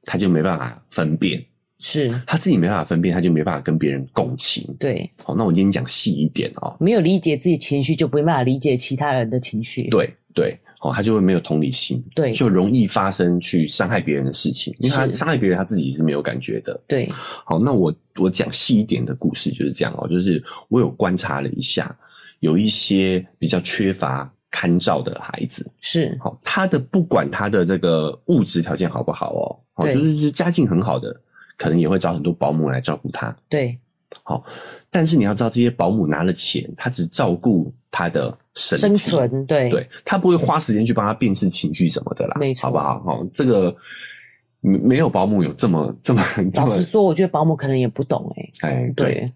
Speaker 1: 他就没办法分辨，
Speaker 2: 是，
Speaker 1: 他自己没办法分辨，他就没办法跟别人共情。
Speaker 2: 对，
Speaker 1: 好，那我今天讲细一点哦，
Speaker 2: 没有理解自己情绪，就没办法理解其他人的情绪。
Speaker 1: 对对，哦，他就会没有同理心，
Speaker 2: 对
Speaker 1: 就容易发生去伤害别人的事情，因为他
Speaker 2: 是
Speaker 1: 伤害别人他自己是没有感觉的。
Speaker 2: 对，
Speaker 1: 好，那我我讲细一点的故事就是这样哦，就是我有观察了一下，有一些比较缺乏看照的孩子，
Speaker 2: 是
Speaker 1: 好，他的不管他的这个物质条件好不好哦，好，
Speaker 2: 对
Speaker 1: 就是就是家境很好的，可能也会找很多保姆来照顾他，
Speaker 2: 对，
Speaker 1: 但是你要知道，这些保姆拿了钱，他只照顾他的身体
Speaker 2: 生存，对，
Speaker 1: 对他不会花时间去帮他辨识情绪什么的啦，
Speaker 2: 没错
Speaker 1: 好不好？好，这个没没有保姆有这么这么 这
Speaker 2: 老
Speaker 1: 么
Speaker 2: 实说，我觉得保姆可能也不懂哎、
Speaker 1: 哎，对，
Speaker 2: 对，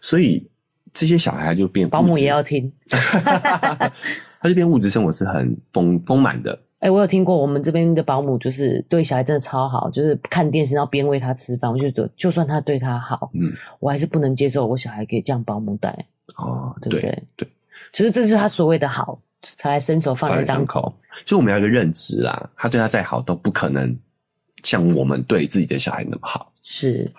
Speaker 1: 所以这些小孩就变
Speaker 2: 保 姆
Speaker 1: 物质
Speaker 2: 也要，听，
Speaker 1: 他就变物质生活是很丰丰满的，
Speaker 2: 哎、我有听过，我们这边的保姆就是对小孩真的超好，就是看电视然后边喂他吃饭，我就觉得就算他对他好，
Speaker 1: 嗯，
Speaker 2: 我还是不能接受我小孩给这样保姆带，
Speaker 1: 哦，
Speaker 2: 对不对？
Speaker 1: 对，
Speaker 2: 其实这是他所谓的好，才伸手放
Speaker 1: 放
Speaker 2: 在
Speaker 1: 在伤
Speaker 2: 张
Speaker 1: 口，就我们要有一个认知啦，他对他再好都不可能像我们对自己的小孩那么好，
Speaker 2: 是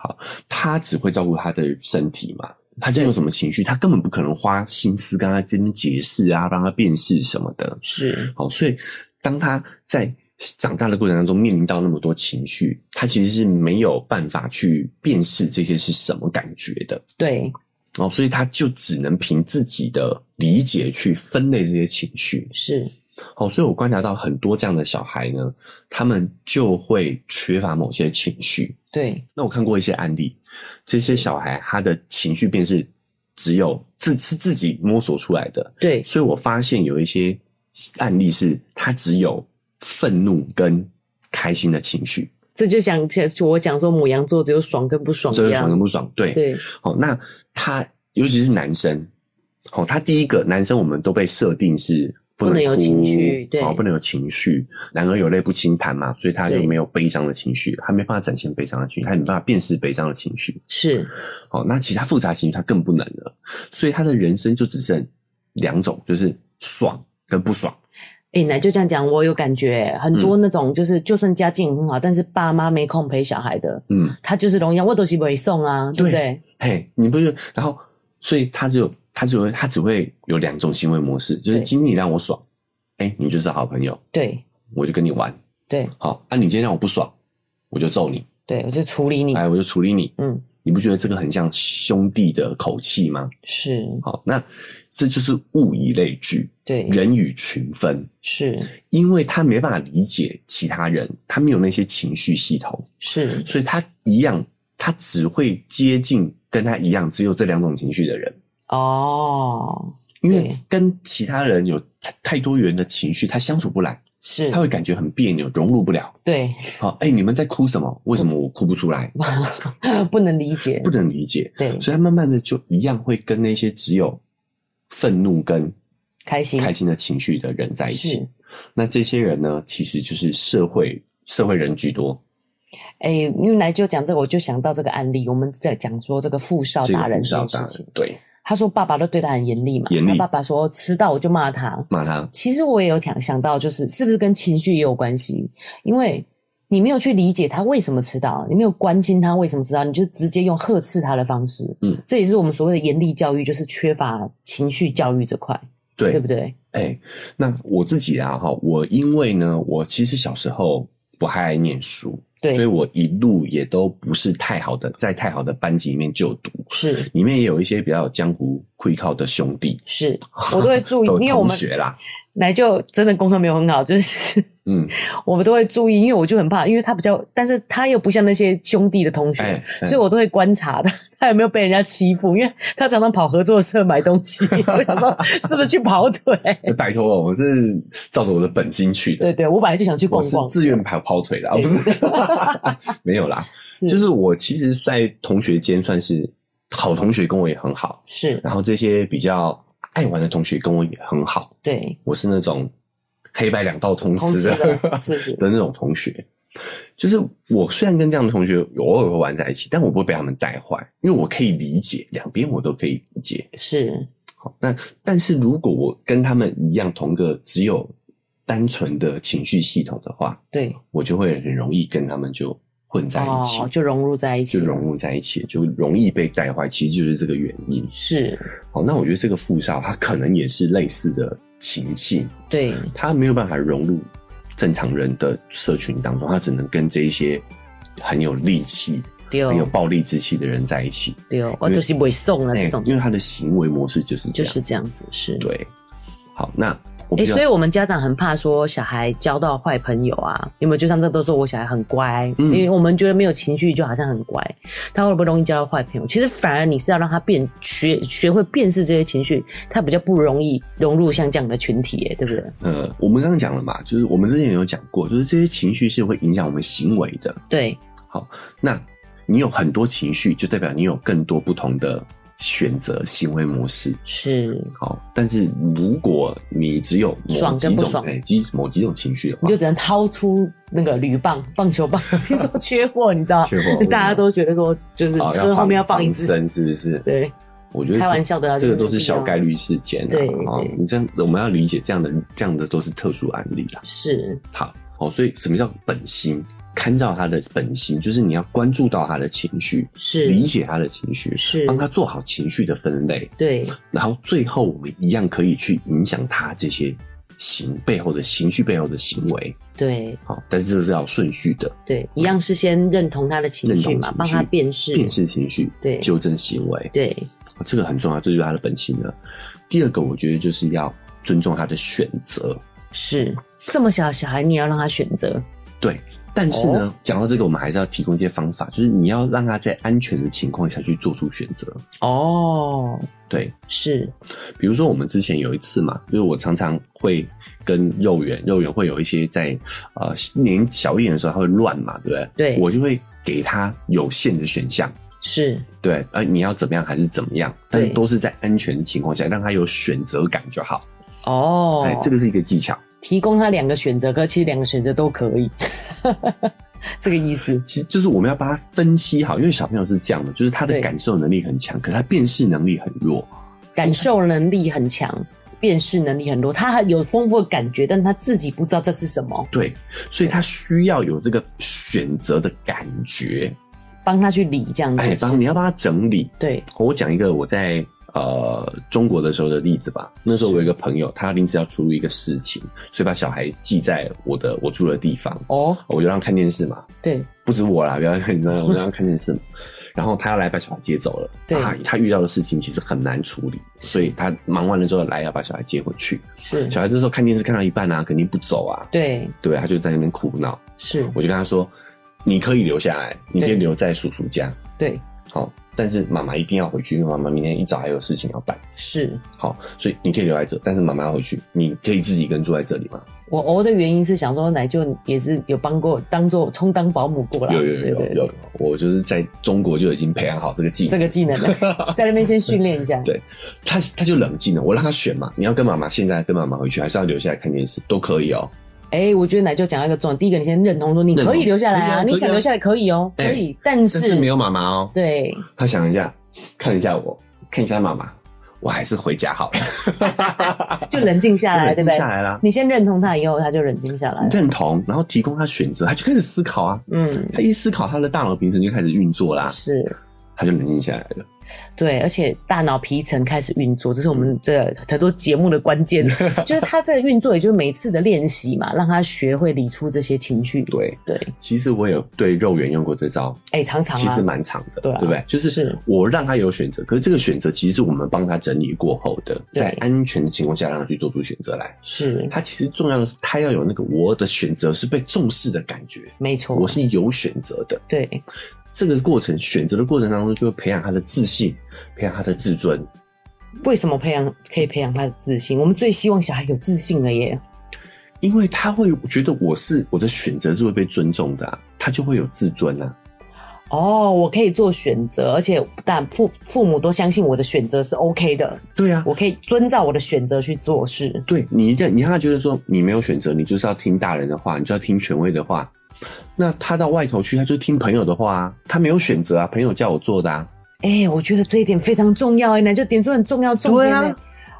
Speaker 1: 他只会照顾他的身体嘛。他今天有什么情绪，他根本不可能花心思跟他这边解释啊，让他辨识什么的。
Speaker 2: 是，
Speaker 1: 好，所以当他在长大的过程当中面临到那么多情绪，他其实是没有办法去辨识这些是什么感觉的。
Speaker 2: 对，
Speaker 1: 哦，所以他就只能凭自己的理解去分类这些情绪。
Speaker 2: 是
Speaker 1: 哦，所以我观察到很多这样的小孩呢，他们就会缺乏某些情绪。
Speaker 2: 对，
Speaker 1: 那我看过一些案例，这些小孩他的情绪便是只有自是自己摸索出来的，
Speaker 2: 对，
Speaker 1: 所以我发现有一些案例是他只有愤怒跟开心的情绪，
Speaker 2: 这就想起我讲说母羊座只有爽跟不爽
Speaker 1: 这
Speaker 2: 一
Speaker 1: 是爽跟
Speaker 2: 样，
Speaker 1: 不爽，对，
Speaker 2: 对，
Speaker 1: 好、那他尤其是男生，好、他第一个男生我们都被设定是不
Speaker 2: 不能有
Speaker 1: 哭
Speaker 2: 情绪对
Speaker 1: 哦，不能有情绪，男儿有泪不轻弹嘛，所以他就
Speaker 2: 对
Speaker 1: 没有悲伤的情绪，他没办法展现悲伤的情绪，他没办法辨识悲伤的情绪。
Speaker 2: 是
Speaker 1: 好、那其他复杂情绪他更不能了，所以他的人生就只剩两种，就是爽跟不爽。
Speaker 2: 哎、奶就这样讲，我有感觉、很多那种就是，就算家境很好，但是爸妈没空陪小孩的，
Speaker 1: 嗯，
Speaker 2: 他就是容易，我都是北送啊，对不对？
Speaker 1: 嘿，你不觉得？然后，所以他只有他只会他只会有两种行为模式，就是
Speaker 2: 对
Speaker 1: 今天你让我爽，哎、你就是好朋友，
Speaker 2: 对
Speaker 1: 我就跟你玩。
Speaker 2: 对
Speaker 1: 好，啊，你今天让我不爽，我就揍你，
Speaker 2: 对，我就处理你，
Speaker 1: 哎，我就处理你。
Speaker 2: 嗯，
Speaker 1: 你不觉得这个很像兄弟的口气吗？
Speaker 2: 是
Speaker 1: 好，那这就是物以类聚，
Speaker 2: 对，
Speaker 1: 人以群分，
Speaker 2: 是
Speaker 1: 因为他没办法理解其他人，他没有那些情绪系统，
Speaker 2: 是
Speaker 1: 所以他一样，他只会接近跟他一样只有这两种情绪的人，
Speaker 2: 哦，
Speaker 1: 因为
Speaker 2: 对
Speaker 1: 跟其他人有太太多元的情绪，他相处不来，
Speaker 2: 是
Speaker 1: 他，会感觉很别扭，融入不了。
Speaker 2: 对，
Speaker 1: 好，哎，你们在哭什么？为什么我哭不出来？
Speaker 2: 不能理解
Speaker 1: 不，能理解，
Speaker 2: 对，
Speaker 1: 所以他慢慢的就一样会跟那些只有愤怒跟
Speaker 2: 开心
Speaker 1: 开心的情绪的人在一起
Speaker 2: 是。
Speaker 1: 那这些人呢，其实就是社会社会人居多，
Speaker 2: 哎、因为奶就讲这个，我就想到这个案例，我们在讲说这个富少
Speaker 1: 这个
Speaker 2: 大人
Speaker 1: 富
Speaker 2: 这
Speaker 1: 少
Speaker 2: 件
Speaker 1: 大
Speaker 2: 事情
Speaker 1: 人，，对，
Speaker 2: 他说爸爸都对他很严厉嘛，
Speaker 1: 严厉
Speaker 2: 他爸爸说迟到我就骂他，
Speaker 1: 骂他，
Speaker 2: 其实我也有想想到，就是是不是跟情绪也有关系？因为你没有去理解他为什么迟到，你没有关心他为什么迟到，你就直接用呵斥他的方式。
Speaker 1: 嗯，
Speaker 2: 这也是我们所谓的严厉教育，就是缺乏情绪教育这块，
Speaker 1: 对，
Speaker 2: 不对？
Speaker 1: 哎、那我自己啊，哈，我因为呢，我其实小时候不太爱念书，
Speaker 2: 对
Speaker 1: 所以我一路也都不是太好的，在太好的班级里面就读，
Speaker 2: 是
Speaker 1: 里面也有一些比较有江湖会靠的兄弟，
Speaker 2: 是，我都会注意
Speaker 1: 都，
Speaker 2: 因为我
Speaker 1: 同
Speaker 2: 们
Speaker 1: 学啦，
Speaker 2: 来就真的功课没有很好，就是
Speaker 1: 嗯，
Speaker 2: 我们都会注意，因为我就很怕，因为他比较，但是他又不像那些兄弟的同学。
Speaker 1: 哎、哎
Speaker 2: 所以我都会观察他，他有没有被人家欺负，因为他常常跑合作社买 东西，我想说是不是去跑腿？
Speaker 1: 欸拜托哦，我是照着我的本心去的。
Speaker 2: 哎对对，我本来就想去
Speaker 1: 我
Speaker 2: 逛
Speaker 1: 是
Speaker 2: 逛，
Speaker 1: 自愿跑跑腿的啊，不是， 没有啦，
Speaker 2: 是
Speaker 1: 就是我其实，在同学间算是好同学，跟我也很好。
Speaker 2: 是，
Speaker 1: 然后这些比较爱玩的同学跟我也很好，
Speaker 2: 对，
Speaker 1: 我是那种黑白两道通
Speaker 2: 同
Speaker 1: 吃
Speaker 2: 时
Speaker 1: 的
Speaker 2: 的，是 是，
Speaker 1: 的那种同学。就是我虽然跟这样的同学偶尔会玩在一起，但我不会被他们带坏，因为我可以理解两边，我都可以理解。
Speaker 2: 是
Speaker 1: 好，那但是如果我跟他们一样，同个只有单纯的情绪系统的话，
Speaker 2: 对，
Speaker 1: 我就会很容易跟他们就混在一起，
Speaker 2: 哦，就融入在一起
Speaker 1: 就
Speaker 2: 了，
Speaker 1: 融入在一起，就容易被带坏，其实就是这个原因。
Speaker 2: 是，
Speaker 1: 好，那我觉得这个富少他可能也是类似的情境，
Speaker 2: 对，
Speaker 1: 他没有办法融入正常人的社群当中，他只能跟这一些很有戾气、
Speaker 2: 丢
Speaker 1: 很有暴力之气的人在一起。
Speaker 2: 丢，我就是不会送了
Speaker 1: 哎
Speaker 2: 这种，
Speaker 1: 因为他的行为模式就是这
Speaker 2: 就
Speaker 1: 样，
Speaker 2: 是这样子，是。
Speaker 1: 对。好，那我
Speaker 2: 哎、
Speaker 1: 比较、
Speaker 2: 所以我们家长很怕说小孩交到坏朋友啊，有没有？就像这都说我小孩很乖，
Speaker 1: 嗯
Speaker 2: 因为我们觉得没有情绪就好像很乖，他会不会容易交到坏朋友？其实反而你是要让他辨学学会辨识这些情绪，他比较不容易融入像这样的群体、哎，对不对？
Speaker 1: 呃，我们刚刚讲了嘛，就是我们之前有讲过，就是这些情绪是会影响我们行为的。
Speaker 2: 对，
Speaker 1: 那你有很多情绪，就代表你有更多不同的选择行为模式。
Speaker 2: 是，
Speaker 1: 好，但是如果你只有某
Speaker 2: 爽
Speaker 1: 几
Speaker 2: 跟不
Speaker 1: 种
Speaker 2: 爽
Speaker 1: 哎几某几种情绪的
Speaker 2: 你
Speaker 1: 话
Speaker 2: 就，只能掏出那个铝棒、棒球棒， 听说缺货，你知道吗？
Speaker 1: 缺货
Speaker 2: 大家都觉得说，就是
Speaker 1: 哦
Speaker 2: 车后面要放一只，
Speaker 1: 声是不是？
Speaker 2: 对，
Speaker 1: 我觉得
Speaker 2: 开
Speaker 1: 这
Speaker 2: 玩笑的啊
Speaker 1: 这
Speaker 2: 这
Speaker 1: 个
Speaker 2: 个没
Speaker 1: 都是
Speaker 2: 必
Speaker 1: 小
Speaker 2: 要
Speaker 1: 概率事件啊。
Speaker 2: 对
Speaker 1: 哦
Speaker 2: 对
Speaker 1: 你这样我们要理解这样的这样的都是特殊案例啦。
Speaker 2: 是
Speaker 1: 好，哦，所以什么叫本心？看照他的本心，就是你要关注到他的情绪，
Speaker 2: 是
Speaker 1: 理解他的情绪，
Speaker 2: 是
Speaker 1: 帮他做好情绪的分类，
Speaker 2: 对，
Speaker 1: 然后最后我们一样可以去影响他这些行背后的情绪背后的行为。
Speaker 2: 对，
Speaker 1: 好，但是这是要有顺序的，
Speaker 2: 对，一样是先认同他的情
Speaker 1: 认
Speaker 2: 绪
Speaker 1: 同
Speaker 2: 嘛
Speaker 1: 情，
Speaker 2: 帮
Speaker 1: 绪
Speaker 2: 他辨识，
Speaker 1: 辨识情绪，
Speaker 2: 对
Speaker 1: 纠正行为，
Speaker 2: 对，
Speaker 1: 哦这个很重要，这就是他的本性了。第二个，我觉得就是要尊重他的选择。
Speaker 2: 是这么小的小孩，你也要让他选择，
Speaker 1: 对，但是
Speaker 2: 哦
Speaker 1: 呢，讲、到这个，我们还是要提供一些方法，就是你要让他在安全的情况下去做出选择。
Speaker 2: 哦，
Speaker 1: 对，
Speaker 2: 是
Speaker 1: 比如说我们之前有一次嘛，就是我常常会跟肉圆，肉圆会有一些在呃年小一点的时候，他会乱嘛，对不对？
Speaker 2: 对
Speaker 1: 我就会给他有限的选项。
Speaker 2: 是，
Speaker 1: 对，呃，你要怎么样还是怎么样，但
Speaker 2: 对
Speaker 1: 都是在安全情况下，让他有选择感就好。
Speaker 2: 哦，
Speaker 1: 哎，这个是一个技巧。
Speaker 2: 提供他两个选择，可其实两个选择都可以， 这个意思
Speaker 1: 其实就是我们要把它分析好，因为小朋友是这样的，就是他的
Speaker 2: 对
Speaker 1: 感受能力很强，可是他辨识能力很弱。
Speaker 2: 感受能力很强，辨识能力很多，他还有丰富的感觉，但他自己不知道这是什么，
Speaker 1: 对，所以他需要有这个选择的感觉，
Speaker 2: 帮他去理这样的
Speaker 1: 哎
Speaker 2: 事，情。
Speaker 1: 帮你要帮他整理。
Speaker 2: 对
Speaker 1: 我讲一个我在呃中国的时候的例子吧。那时候我有一个朋友，他临时要出入一个事情，所以把小孩寄在我的我住的地方，
Speaker 2: 哦，
Speaker 1: 我就让他看电视嘛。
Speaker 2: 对
Speaker 1: 不止我啦，不要 你知道，我让他看电视嘛。然后他要来把小孩接走了，
Speaker 2: 对
Speaker 1: 他他遇到的事情其实很难处理，所以他忙完了之后来要把小孩接回去。
Speaker 2: 是，
Speaker 1: 小孩这时候看电视看到一半啊，肯定不走啊，
Speaker 2: 对
Speaker 1: 对，他就在那边哭闹。
Speaker 2: 是，
Speaker 1: 我就跟他说：“你可以留下来，你可以
Speaker 2: 对
Speaker 1: 留在叔叔家，
Speaker 2: 对
Speaker 1: 好，但是妈妈一定要回去，因为妈妈明天一早还有事情要办，
Speaker 2: 是。
Speaker 1: 好，所以你可以留在这，但是妈妈要回去，你可以自己一个人住在这里吗？
Speaker 2: 我熬的原因是想说，奶舅也是有帮过，当做充当保姆过来，
Speaker 1: 有有有
Speaker 2: 啊对
Speaker 1: 有
Speaker 2: 对
Speaker 1: 有，我就是在中国就已经培养好这个技
Speaker 2: 这
Speaker 1: 能。”
Speaker 2: 个技能呢， 在那边先训练一下。
Speaker 1: 对他他就冷静了，我让他选嘛，你要跟妈妈现在跟妈妈回去，还是要留下来看电视，都可以哦、
Speaker 2: 哎、我觉得奶舅讲到一个重点，第一个你先认同说你
Speaker 1: 认同
Speaker 2: 可以留下来
Speaker 1: 可以啊可以
Speaker 2: 啊，
Speaker 1: 啊
Speaker 2: 你想留下来可以哦、
Speaker 1: 哎
Speaker 2: 可以，但
Speaker 1: 但是
Speaker 2: 是
Speaker 1: 没有妈妈哦。
Speaker 2: 对，
Speaker 1: 他想一下，看一下我，看一下妈妈，我还是回家好了。
Speaker 2: 就冷静下来，
Speaker 1: 就
Speaker 2: 对
Speaker 1: 冷
Speaker 2: 不
Speaker 1: 静
Speaker 2: 对
Speaker 1: 下？来啦，
Speaker 2: 你先认同他以后，他就冷静下来了。
Speaker 1: 认同，然后提供他选择，他就开始思考啊。
Speaker 2: 嗯，
Speaker 1: 他一思考，他的大脑皮层就开始运作啦，
Speaker 2: 是
Speaker 1: 他就冷静下来了。
Speaker 2: 对，而且大脑皮层开始运作，这是我们这个很多节目的关 键，就是他这个运作，也就是每次的练习嘛，让他学会理出这些情绪。
Speaker 1: 对，
Speaker 2: 对，
Speaker 1: 其实我有对肉圆用过这招，
Speaker 2: 哎、常常
Speaker 1: 其
Speaker 2: 啊
Speaker 1: 实，蛮长的，
Speaker 2: 对啊
Speaker 1: 不对？就是
Speaker 2: 是
Speaker 1: 我让他有选择，可是这个选择其实是我们帮他整理过后的，
Speaker 2: 对嗯
Speaker 1: 在安全的情况下让他去做出选择来。
Speaker 2: 是
Speaker 1: 他其实重要的是，他要有那个我的选择是被重视的感觉，
Speaker 2: 没错，
Speaker 1: 我是有选择的。
Speaker 2: 对
Speaker 1: 这个过程选择的过程当中，就会培养他的自信，培养他的自尊。
Speaker 2: 为什么培养可以培养他的自信？我们最希望小孩有自信了耶。
Speaker 1: 因为他会觉得我是我的选择是会被尊重的、啊，他就会有自尊啊。
Speaker 2: 哦，我可以做选择，而且但父父母都相信我的选择是 OK 的，
Speaker 1: 对啊，
Speaker 2: 我可以遵照我的选择去做事。
Speaker 1: 对你让你让他觉得说你没有选择，你就是要听大人的话，你就要听权威的话。那他到外头去，他就听朋友的话啊，他没有选择啊，朋友叫我做的啊。
Speaker 2: 哎、我觉得这一点非常重要哎、奶就点出很重要重点、
Speaker 1: 对
Speaker 2: 欸
Speaker 1: 啊。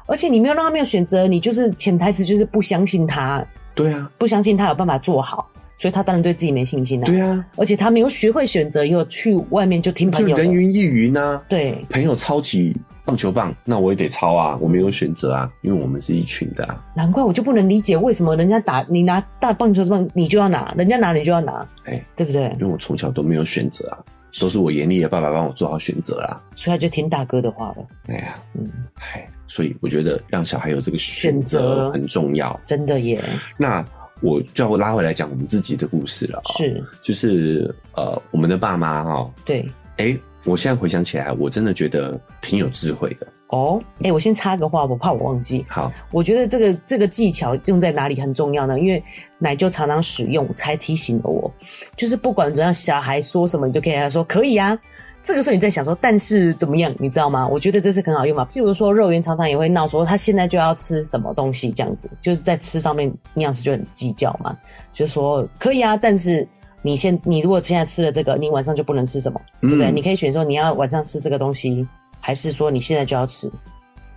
Speaker 2: 而且你没有让他没有选择，你就是潜台词就是不相信他，
Speaker 1: 对啊，
Speaker 2: 不相信他有办法做好，所以他当然对自己没信心了、
Speaker 1: 对啊，
Speaker 2: 而且他没有学会选择，以后去外面就哦听朋
Speaker 1: 就
Speaker 2: 友的。
Speaker 1: 人云亦云啊。
Speaker 2: 对，
Speaker 1: 朋友抄起棒球棒，那我也得抄啊，我没有选择啊，因为我们是一群的啊。
Speaker 2: 难怪我就不能理解为什么人家打你拿大棒球棒你就要拿，人家拿你就要拿，
Speaker 1: 哎、
Speaker 2: 对不对？
Speaker 1: 因为我从小都没有选择啊，都是我严厉的爸爸帮我做好选择啦。
Speaker 2: 所以他就听大哥的话了。
Speaker 1: 哎呀，
Speaker 2: 嗯，
Speaker 1: 哎，所以我觉得让小孩有这个选
Speaker 2: 选择
Speaker 1: 择很重要。
Speaker 2: 真的耶，
Speaker 1: 那我就要拉回来讲我们自己的故事了、哦，
Speaker 2: 是
Speaker 1: 就是呃，我们的爸妈哈、哦，
Speaker 2: 对
Speaker 1: 哎，我现在回想起来，我真的觉得挺有智慧的。
Speaker 2: 哦。哎、我先插个话，我怕我忘记。
Speaker 1: 好，
Speaker 2: 我觉得这个这个技巧用在哪里很重要呢？因为奶就常常使用，才提醒了我，就是不管怎样，小孩说什么，你就可以跟他说可以啊，这个时候你在想说，但是怎么样，你知道吗？我觉得这是很好用法。譬如说，肉圆常常也会闹说，他现在就要吃什么东西，这样子就是在吃上面，营养师就很计较嘛，就说可以啊，但是你现你如果现在吃了这个，你晚上就不能吃什么，对不对？
Speaker 1: 嗯
Speaker 2: 你可以选说你要晚上吃这个东西，还是说你现在就要吃，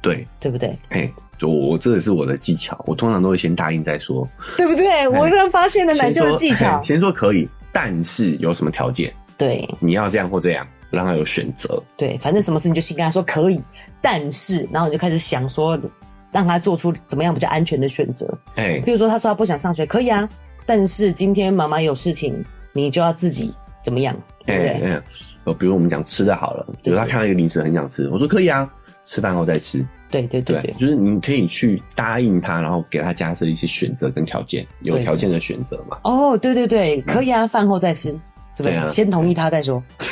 Speaker 1: 对，
Speaker 2: 对不对？
Speaker 1: 嘿，我我这个是我的技巧，我通常都会先答应再说。
Speaker 2: 对不
Speaker 1: 哎
Speaker 2: 对？我突然发现了奶
Speaker 1: 先
Speaker 2: 舅
Speaker 1: 说
Speaker 2: 的技巧
Speaker 1: 嘿，先说可以，但是有什么条件？
Speaker 2: 对
Speaker 1: 你要这样或这样，让他有选择。
Speaker 2: 对，反正什么事你就先跟他说可以，但是，然后你就开始想说，让他做出怎么样比较安全的选择。
Speaker 1: 哎，
Speaker 2: 譬如说，他说他不想上学，可以啊，但是今天妈妈有事情，你就要自己怎么样，对不对？
Speaker 1: 哎哎，呃，比如我们讲吃的好了，比如他看到一个零食很想吃，我说可以啊，吃饭后再吃。
Speaker 2: 对对对
Speaker 1: 对，
Speaker 2: 对
Speaker 1: 就是你可以去答应他，然后给他加设一些选择跟条件，有
Speaker 2: 对
Speaker 1: 条件的选择嘛。
Speaker 2: 哦，对对对，可以啊，饭后再吃，对不对？
Speaker 1: 对啊
Speaker 2: 先同意他再说。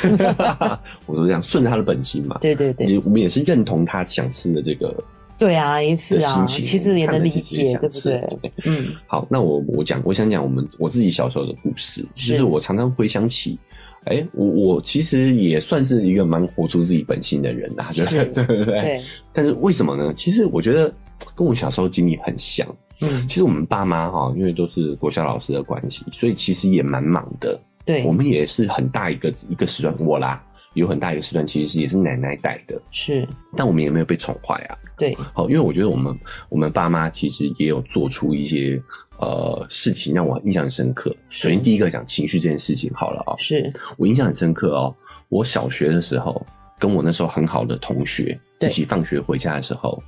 Speaker 1: 我都这样顺着他的本心嘛。
Speaker 2: 对对对
Speaker 1: 也，我们也是认同他想吃的这个
Speaker 2: 对啊，也是
Speaker 1: 的
Speaker 2: 啊，
Speaker 1: 心情，
Speaker 2: 其实也
Speaker 1: 看
Speaker 2: 能
Speaker 1: 得
Speaker 2: 理
Speaker 1: 自己
Speaker 2: 解，
Speaker 1: 想
Speaker 2: 对不
Speaker 1: 吃
Speaker 2: 对？嗯，
Speaker 1: 好，那我我讲，我想讲我们我自己小时候的故事，
Speaker 2: 是
Speaker 1: 就是我常常回想起，哎、我我其实也算是一个蛮活出自己本心的人啦，就是是对对对。
Speaker 2: 对，
Speaker 1: 但是为什么呢？其实我觉得跟我小时候经历很像。
Speaker 2: 嗯，
Speaker 1: 其实我们爸妈哈，因为都是国小老师的关系，所以其实也蛮忙的。
Speaker 2: 对
Speaker 1: 我，们也是很大一个一个时段，我啦有很大一个时段其实是也是奶奶带的，
Speaker 2: 是，
Speaker 1: 但我们也没有被宠坏啊。
Speaker 2: 对，
Speaker 1: 好，因为我觉得我们我们爸妈其实也有做出一些呃事情让我印象很深刻。首先第一个讲情绪这件事情好了啊、
Speaker 2: 是，
Speaker 1: 我印象很深刻哦。我小学的时候，跟我那时候很好的同学
Speaker 2: 对
Speaker 1: 一起放学回家的时候，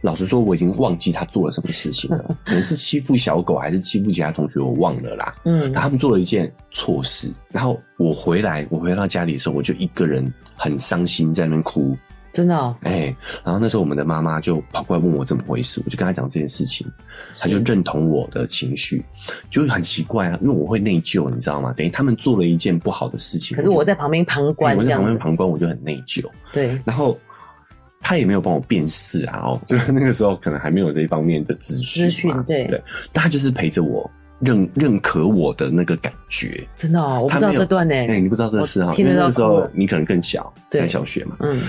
Speaker 1: 老实说我已经忘记他做了什么事情了，可能是欺负小狗还是欺负其他同学，我忘了啦。
Speaker 2: 嗯
Speaker 1: 然，后他们做了一件错事，然后我回来，我回到家里的时候，我就一个人很伤心，在那边哭。
Speaker 2: 真的哦，
Speaker 1: 哎、然后那时候我们的妈妈就跑过来问我怎么回事，我就跟她讲这件事情，她就认同我的情绪，就很奇怪啊，因为我会内疚，你知道吗？等于他们做了一件不好的事情，
Speaker 2: 可是
Speaker 1: 就
Speaker 2: 我在旁边旁观
Speaker 1: 哎我
Speaker 2: 这
Speaker 1: 在
Speaker 2: 样
Speaker 1: 旁边
Speaker 2: 子，
Speaker 1: 旁观，我就很内疚。
Speaker 2: 对，
Speaker 1: 然后她也没有帮我辨识啊，哦，就是那个时候可能还没有这一方面的资讯嘛，
Speaker 2: 资讯对
Speaker 1: 对，但她就是陪着我认认可我的那个感觉。
Speaker 2: 真的哦，我不
Speaker 1: 他
Speaker 2: 知道
Speaker 1: 没有
Speaker 2: 这段呢，
Speaker 1: 哎、你不知道这个事哈
Speaker 2: 我，
Speaker 1: 因
Speaker 2: 听
Speaker 1: 为
Speaker 2: 得
Speaker 1: 那
Speaker 2: 到
Speaker 1: 个时
Speaker 2: 哭
Speaker 1: 候
Speaker 2: 了
Speaker 1: 你可能更小，
Speaker 2: 对
Speaker 1: 在小学嘛，
Speaker 2: 嗯，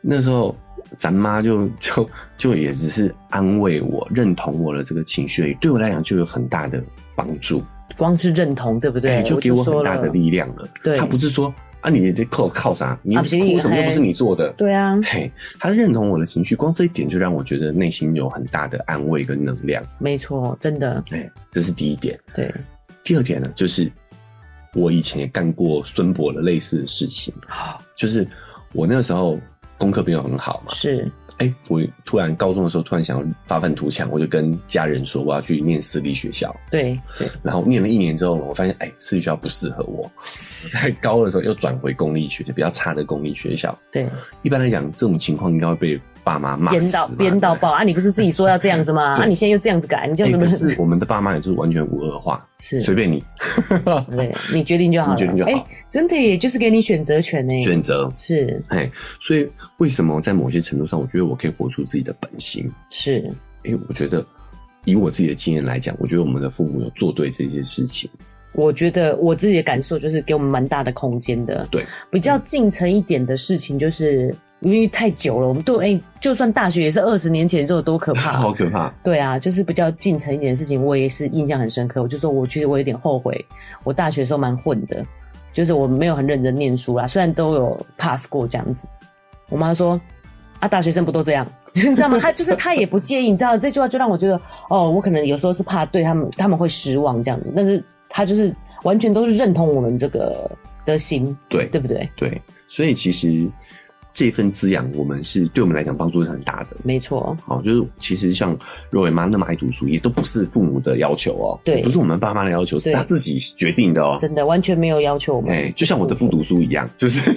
Speaker 1: 那时候咱妈就 就就也只是安慰我，认同我的这个情绪而已，对我来讲就有很大的帮助，
Speaker 2: 光是认同，对不对？
Speaker 1: 哎就给
Speaker 2: 我
Speaker 1: 我很
Speaker 2: 说
Speaker 1: 大
Speaker 2: 了
Speaker 1: 的力量了。
Speaker 2: 对
Speaker 1: 他不是说啊，你得靠靠啥？你
Speaker 2: 啊不是你
Speaker 1: 哭什么又不是
Speaker 2: 哎
Speaker 1: 你做的。
Speaker 2: 对啊，
Speaker 1: 嘿，他认同我的情绪，光这一点就让我觉得内心有很大的安慰跟能量。
Speaker 2: 没错，真的，
Speaker 1: 哎，这是第一点。
Speaker 2: 对，
Speaker 1: 第二点呢，就是我以前也干过孙博的类似的事情，
Speaker 2: 啊
Speaker 1: 就是我那个时候功课没有很好嘛，
Speaker 2: 是，
Speaker 1: 哎、我突然高中的时候突然想要发愤图强，我就跟家人说我要去念私立学校。
Speaker 2: 对，对，
Speaker 1: 然后念了一年之后，我发现哎、私立学校不适合我，我在高二的时候又转回公立学校，比较差的公立学校。
Speaker 2: 对，
Speaker 1: 一般来讲，这种情况应该会被爸妈骂
Speaker 2: 编
Speaker 1: 死
Speaker 2: 到
Speaker 1: 嘛
Speaker 2: 编到。爆啊！你不是自己说要这样子 吗？
Speaker 1: 对
Speaker 2: 啊，你现在又这样子改，你这
Speaker 1: 对
Speaker 2: 样
Speaker 1: 不
Speaker 2: 怎
Speaker 1: 对
Speaker 2: 么
Speaker 1: 哎，可是我们的爸妈也就是完全无恶化，
Speaker 2: 是？
Speaker 1: 随便你
Speaker 2: 对，你决定就好了。
Speaker 1: 你决定就好
Speaker 2: 哎，真的耶，就是给你选择权呢。
Speaker 1: 选择。
Speaker 2: 是
Speaker 1: 哎，所以为什么在某些程度上，我觉得我可以活出自己的本心？
Speaker 2: 是，
Speaker 1: 哎、我觉得以我自己的经验来讲，我觉得我们的父母有做对这些事情。
Speaker 2: 我觉得我自己的感受就是给我们蛮大的空间的。
Speaker 1: 对，
Speaker 2: 比较进程一点的事情，就是因为太久了，我们都哎，就算大学也是二十年前，这有多可怕？
Speaker 1: 好可怕。
Speaker 2: 对啊，就是比较进程一点的事情，我也是印象很深刻。我就说，我觉得我有点后悔，我大学的时候蛮混的，就是我没有很认真念书啦，虽然都有 pass 过这样子。我妈说，啊，大学生不都这样， 你知道吗？她就是她也不介意，你知道这句话就让我觉得，哦，我可能有时候是怕对他们他们会失望这样子，但是她就是完全都是认同我们这个的心，
Speaker 1: 对
Speaker 2: 对不对？
Speaker 1: 对，所以其实这份滋养，我们是对我们来讲帮助是很大的。
Speaker 2: 没错，
Speaker 1: 哦，就是其实像若伟妈那么爱读书，也都不是父母的要求哦，
Speaker 2: 对
Speaker 1: 不是我们爸妈的要求，是
Speaker 2: 对
Speaker 1: 他自己决定的哦。
Speaker 2: 真的完全没有要求我们。
Speaker 1: 哎、就像我的不读书一样，就是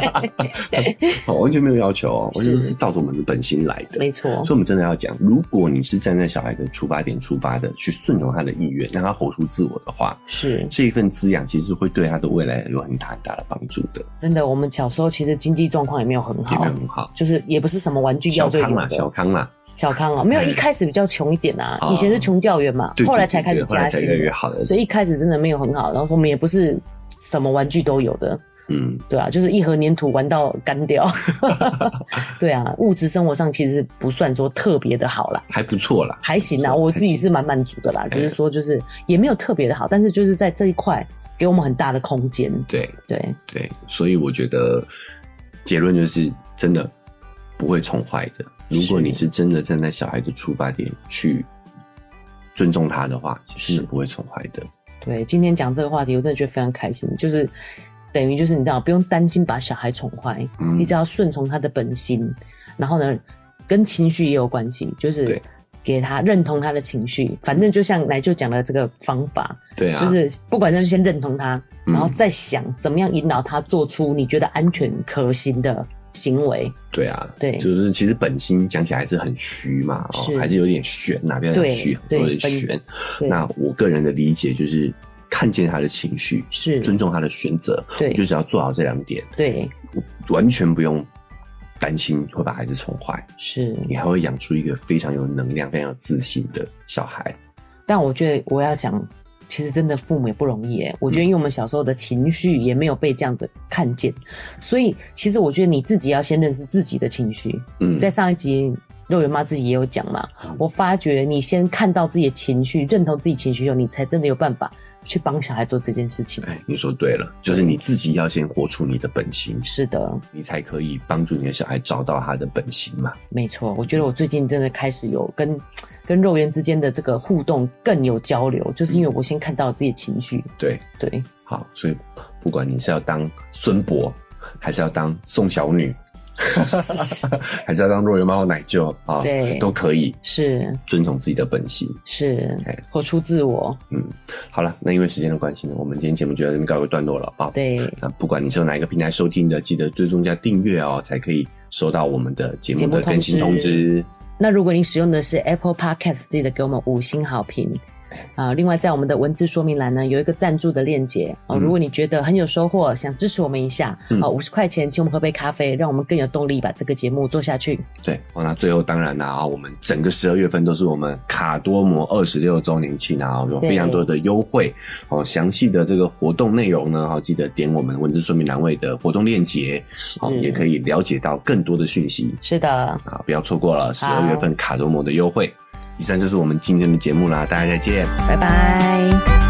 Speaker 1: 哦，完全没有要求哦，完全都
Speaker 2: 是
Speaker 1: 是照着我们的本心来的
Speaker 2: 没。错，
Speaker 1: 所以，我们真的要讲，如果你是站在小孩的出发点出发的，去顺从他的意愿，让他活出自我的话，
Speaker 2: 是
Speaker 1: 这一份滋养其实会对他的未来有很大很大的帮助的，
Speaker 2: 真的，我们小时候其实经济状况也没
Speaker 1: 有
Speaker 2: 有很好
Speaker 1: 没有，很好？
Speaker 2: 就是也不是什么玩具要
Speaker 1: 小
Speaker 2: 最
Speaker 1: 康
Speaker 2: 有
Speaker 1: 啦，
Speaker 2: 的。
Speaker 1: 啊小康啦，
Speaker 2: 小康啊，没有
Speaker 1: 哎
Speaker 2: 一开始比较穷一点啊，
Speaker 1: 啊
Speaker 2: 以前是穷教员嘛
Speaker 1: 对，
Speaker 2: 后来才开始
Speaker 1: 对对
Speaker 2: 加
Speaker 1: 对后来才
Speaker 2: 薪啊
Speaker 1: 越来越好的，
Speaker 2: 所以一开始真的没有很好。然后我们也不是什么玩具都有的，
Speaker 1: 嗯，
Speaker 2: 对啊，就是一盒粘土玩到干 掉。对啊，物质生活上其实不算说特别的好啦，
Speaker 1: 还不错啦。
Speaker 2: 还行啦，我自己是蛮满足的啦。只是说就是也没有特别的好，但是就是在这一块给我们很大的空间。
Speaker 1: 对
Speaker 2: 对，
Speaker 1: 对，所以我觉得结论就是真的不会宠坏的。如果
Speaker 2: 是
Speaker 1: 你是真的站在小孩的出发点去尊重他的话，其实
Speaker 2: 是
Speaker 1: 是不会宠坏的。
Speaker 2: 对，今天讲这个话题，我真的觉得非常开心，就是等于就是你知道，不用担心把小孩宠坏，
Speaker 1: 嗯
Speaker 2: 你只要顺从他的本心，然后呢，跟情绪也有关系，就是
Speaker 1: 对
Speaker 2: 给他认同他的情绪，反正就像来就讲的这个方法，
Speaker 1: 对啊，
Speaker 2: 就是不管他就先认同他，
Speaker 1: 嗯
Speaker 2: 然后再想怎么样引导他做出你觉得安全可行的行为，
Speaker 1: 对啊，
Speaker 2: 对
Speaker 1: 就是其实本心讲起来还是很虚嘛，哦
Speaker 2: 是
Speaker 1: 还是有点悬呐、不要讲
Speaker 2: 对
Speaker 1: 虚，
Speaker 2: 对
Speaker 1: 有点
Speaker 2: 本
Speaker 1: 悬。
Speaker 2: 对
Speaker 1: 那我个人的理解就是，看见他的情绪，
Speaker 2: 是
Speaker 1: 尊重他的选择，
Speaker 2: 对
Speaker 1: 我就只要做好这两点，
Speaker 2: 对，
Speaker 1: 完全不用担心会把孩子宠坏。
Speaker 2: 是。
Speaker 1: 你还会养出一个非常有能量、非常有自信的小孩。
Speaker 2: 但我觉得我要想，其实真的父母也不容易诶。
Speaker 1: 嗯
Speaker 2: 我觉得因为我们小时候的情绪也没有被这样子看见，所以其实我觉得你自己要先认识自己的情绪。
Speaker 1: 嗯，
Speaker 2: 在上一集肉圆妈自己也有讲嘛
Speaker 1: 嗯，
Speaker 2: 我发觉你先看到自己的情绪，认同自己情绪后，你才真的有办法去帮小孩做这件事情。
Speaker 1: 哎，你说对了，就是你自己要先活出你的本心，
Speaker 2: 是的，
Speaker 1: 你才可以帮助你的小孩找到他的本心嘛。
Speaker 2: 没错，我觉得我最近真的开始有跟跟肉圆之间的这个互动更有交流，就是
Speaker 1: 嗯
Speaker 2: 因为我先看到了自己的情绪。
Speaker 1: 对，
Speaker 2: 对，
Speaker 1: 好，所以不管你是要当孙伯，还是要当宋小女，还是要当若圆妈或奶舅啊，
Speaker 2: 对
Speaker 1: 都可以
Speaker 2: 是
Speaker 1: 遵从自己的本心。
Speaker 2: 是
Speaker 1: 哎，
Speaker 2: 活出自我。
Speaker 1: 好了，那因为时间的关系呢，我们今天节目就到这边告一个段落了啊。
Speaker 2: 对，
Speaker 1: 那不管你是用哪一个平台收听的，记得追踪加订阅哦，才可以收到我们的节目的更新
Speaker 2: 节目
Speaker 1: 通
Speaker 2: 通知
Speaker 1: 知。
Speaker 2: 那如果你使用的是 Apple Podcast，记得给我们五星好评。啊、另外在我们的文字说明栏呢有一个赞助的链接哦。
Speaker 1: 嗯
Speaker 2: 如果你觉得很有收获，想支持我们一下，
Speaker 1: 嗯
Speaker 2: 哦，五十块钱请我们喝杯咖啡，让我们更有动力把这个节目做下去。
Speaker 1: 对，哦，那最后当然啦、啊，我们整个十二月份都是我们卡多摩二十六周年庆啊，有非常多的优惠哦。详细的这个活动内容呢，哦，记得点我们文字说明栏位的活动链接，哦，
Speaker 2: 是
Speaker 1: 也可以了解到更多的讯息
Speaker 2: 是的，
Speaker 1: 啊，不要错过了十二月份卡多摩的优惠。以上就是我们今天的节目啦，大家再见。
Speaker 2: 拜拜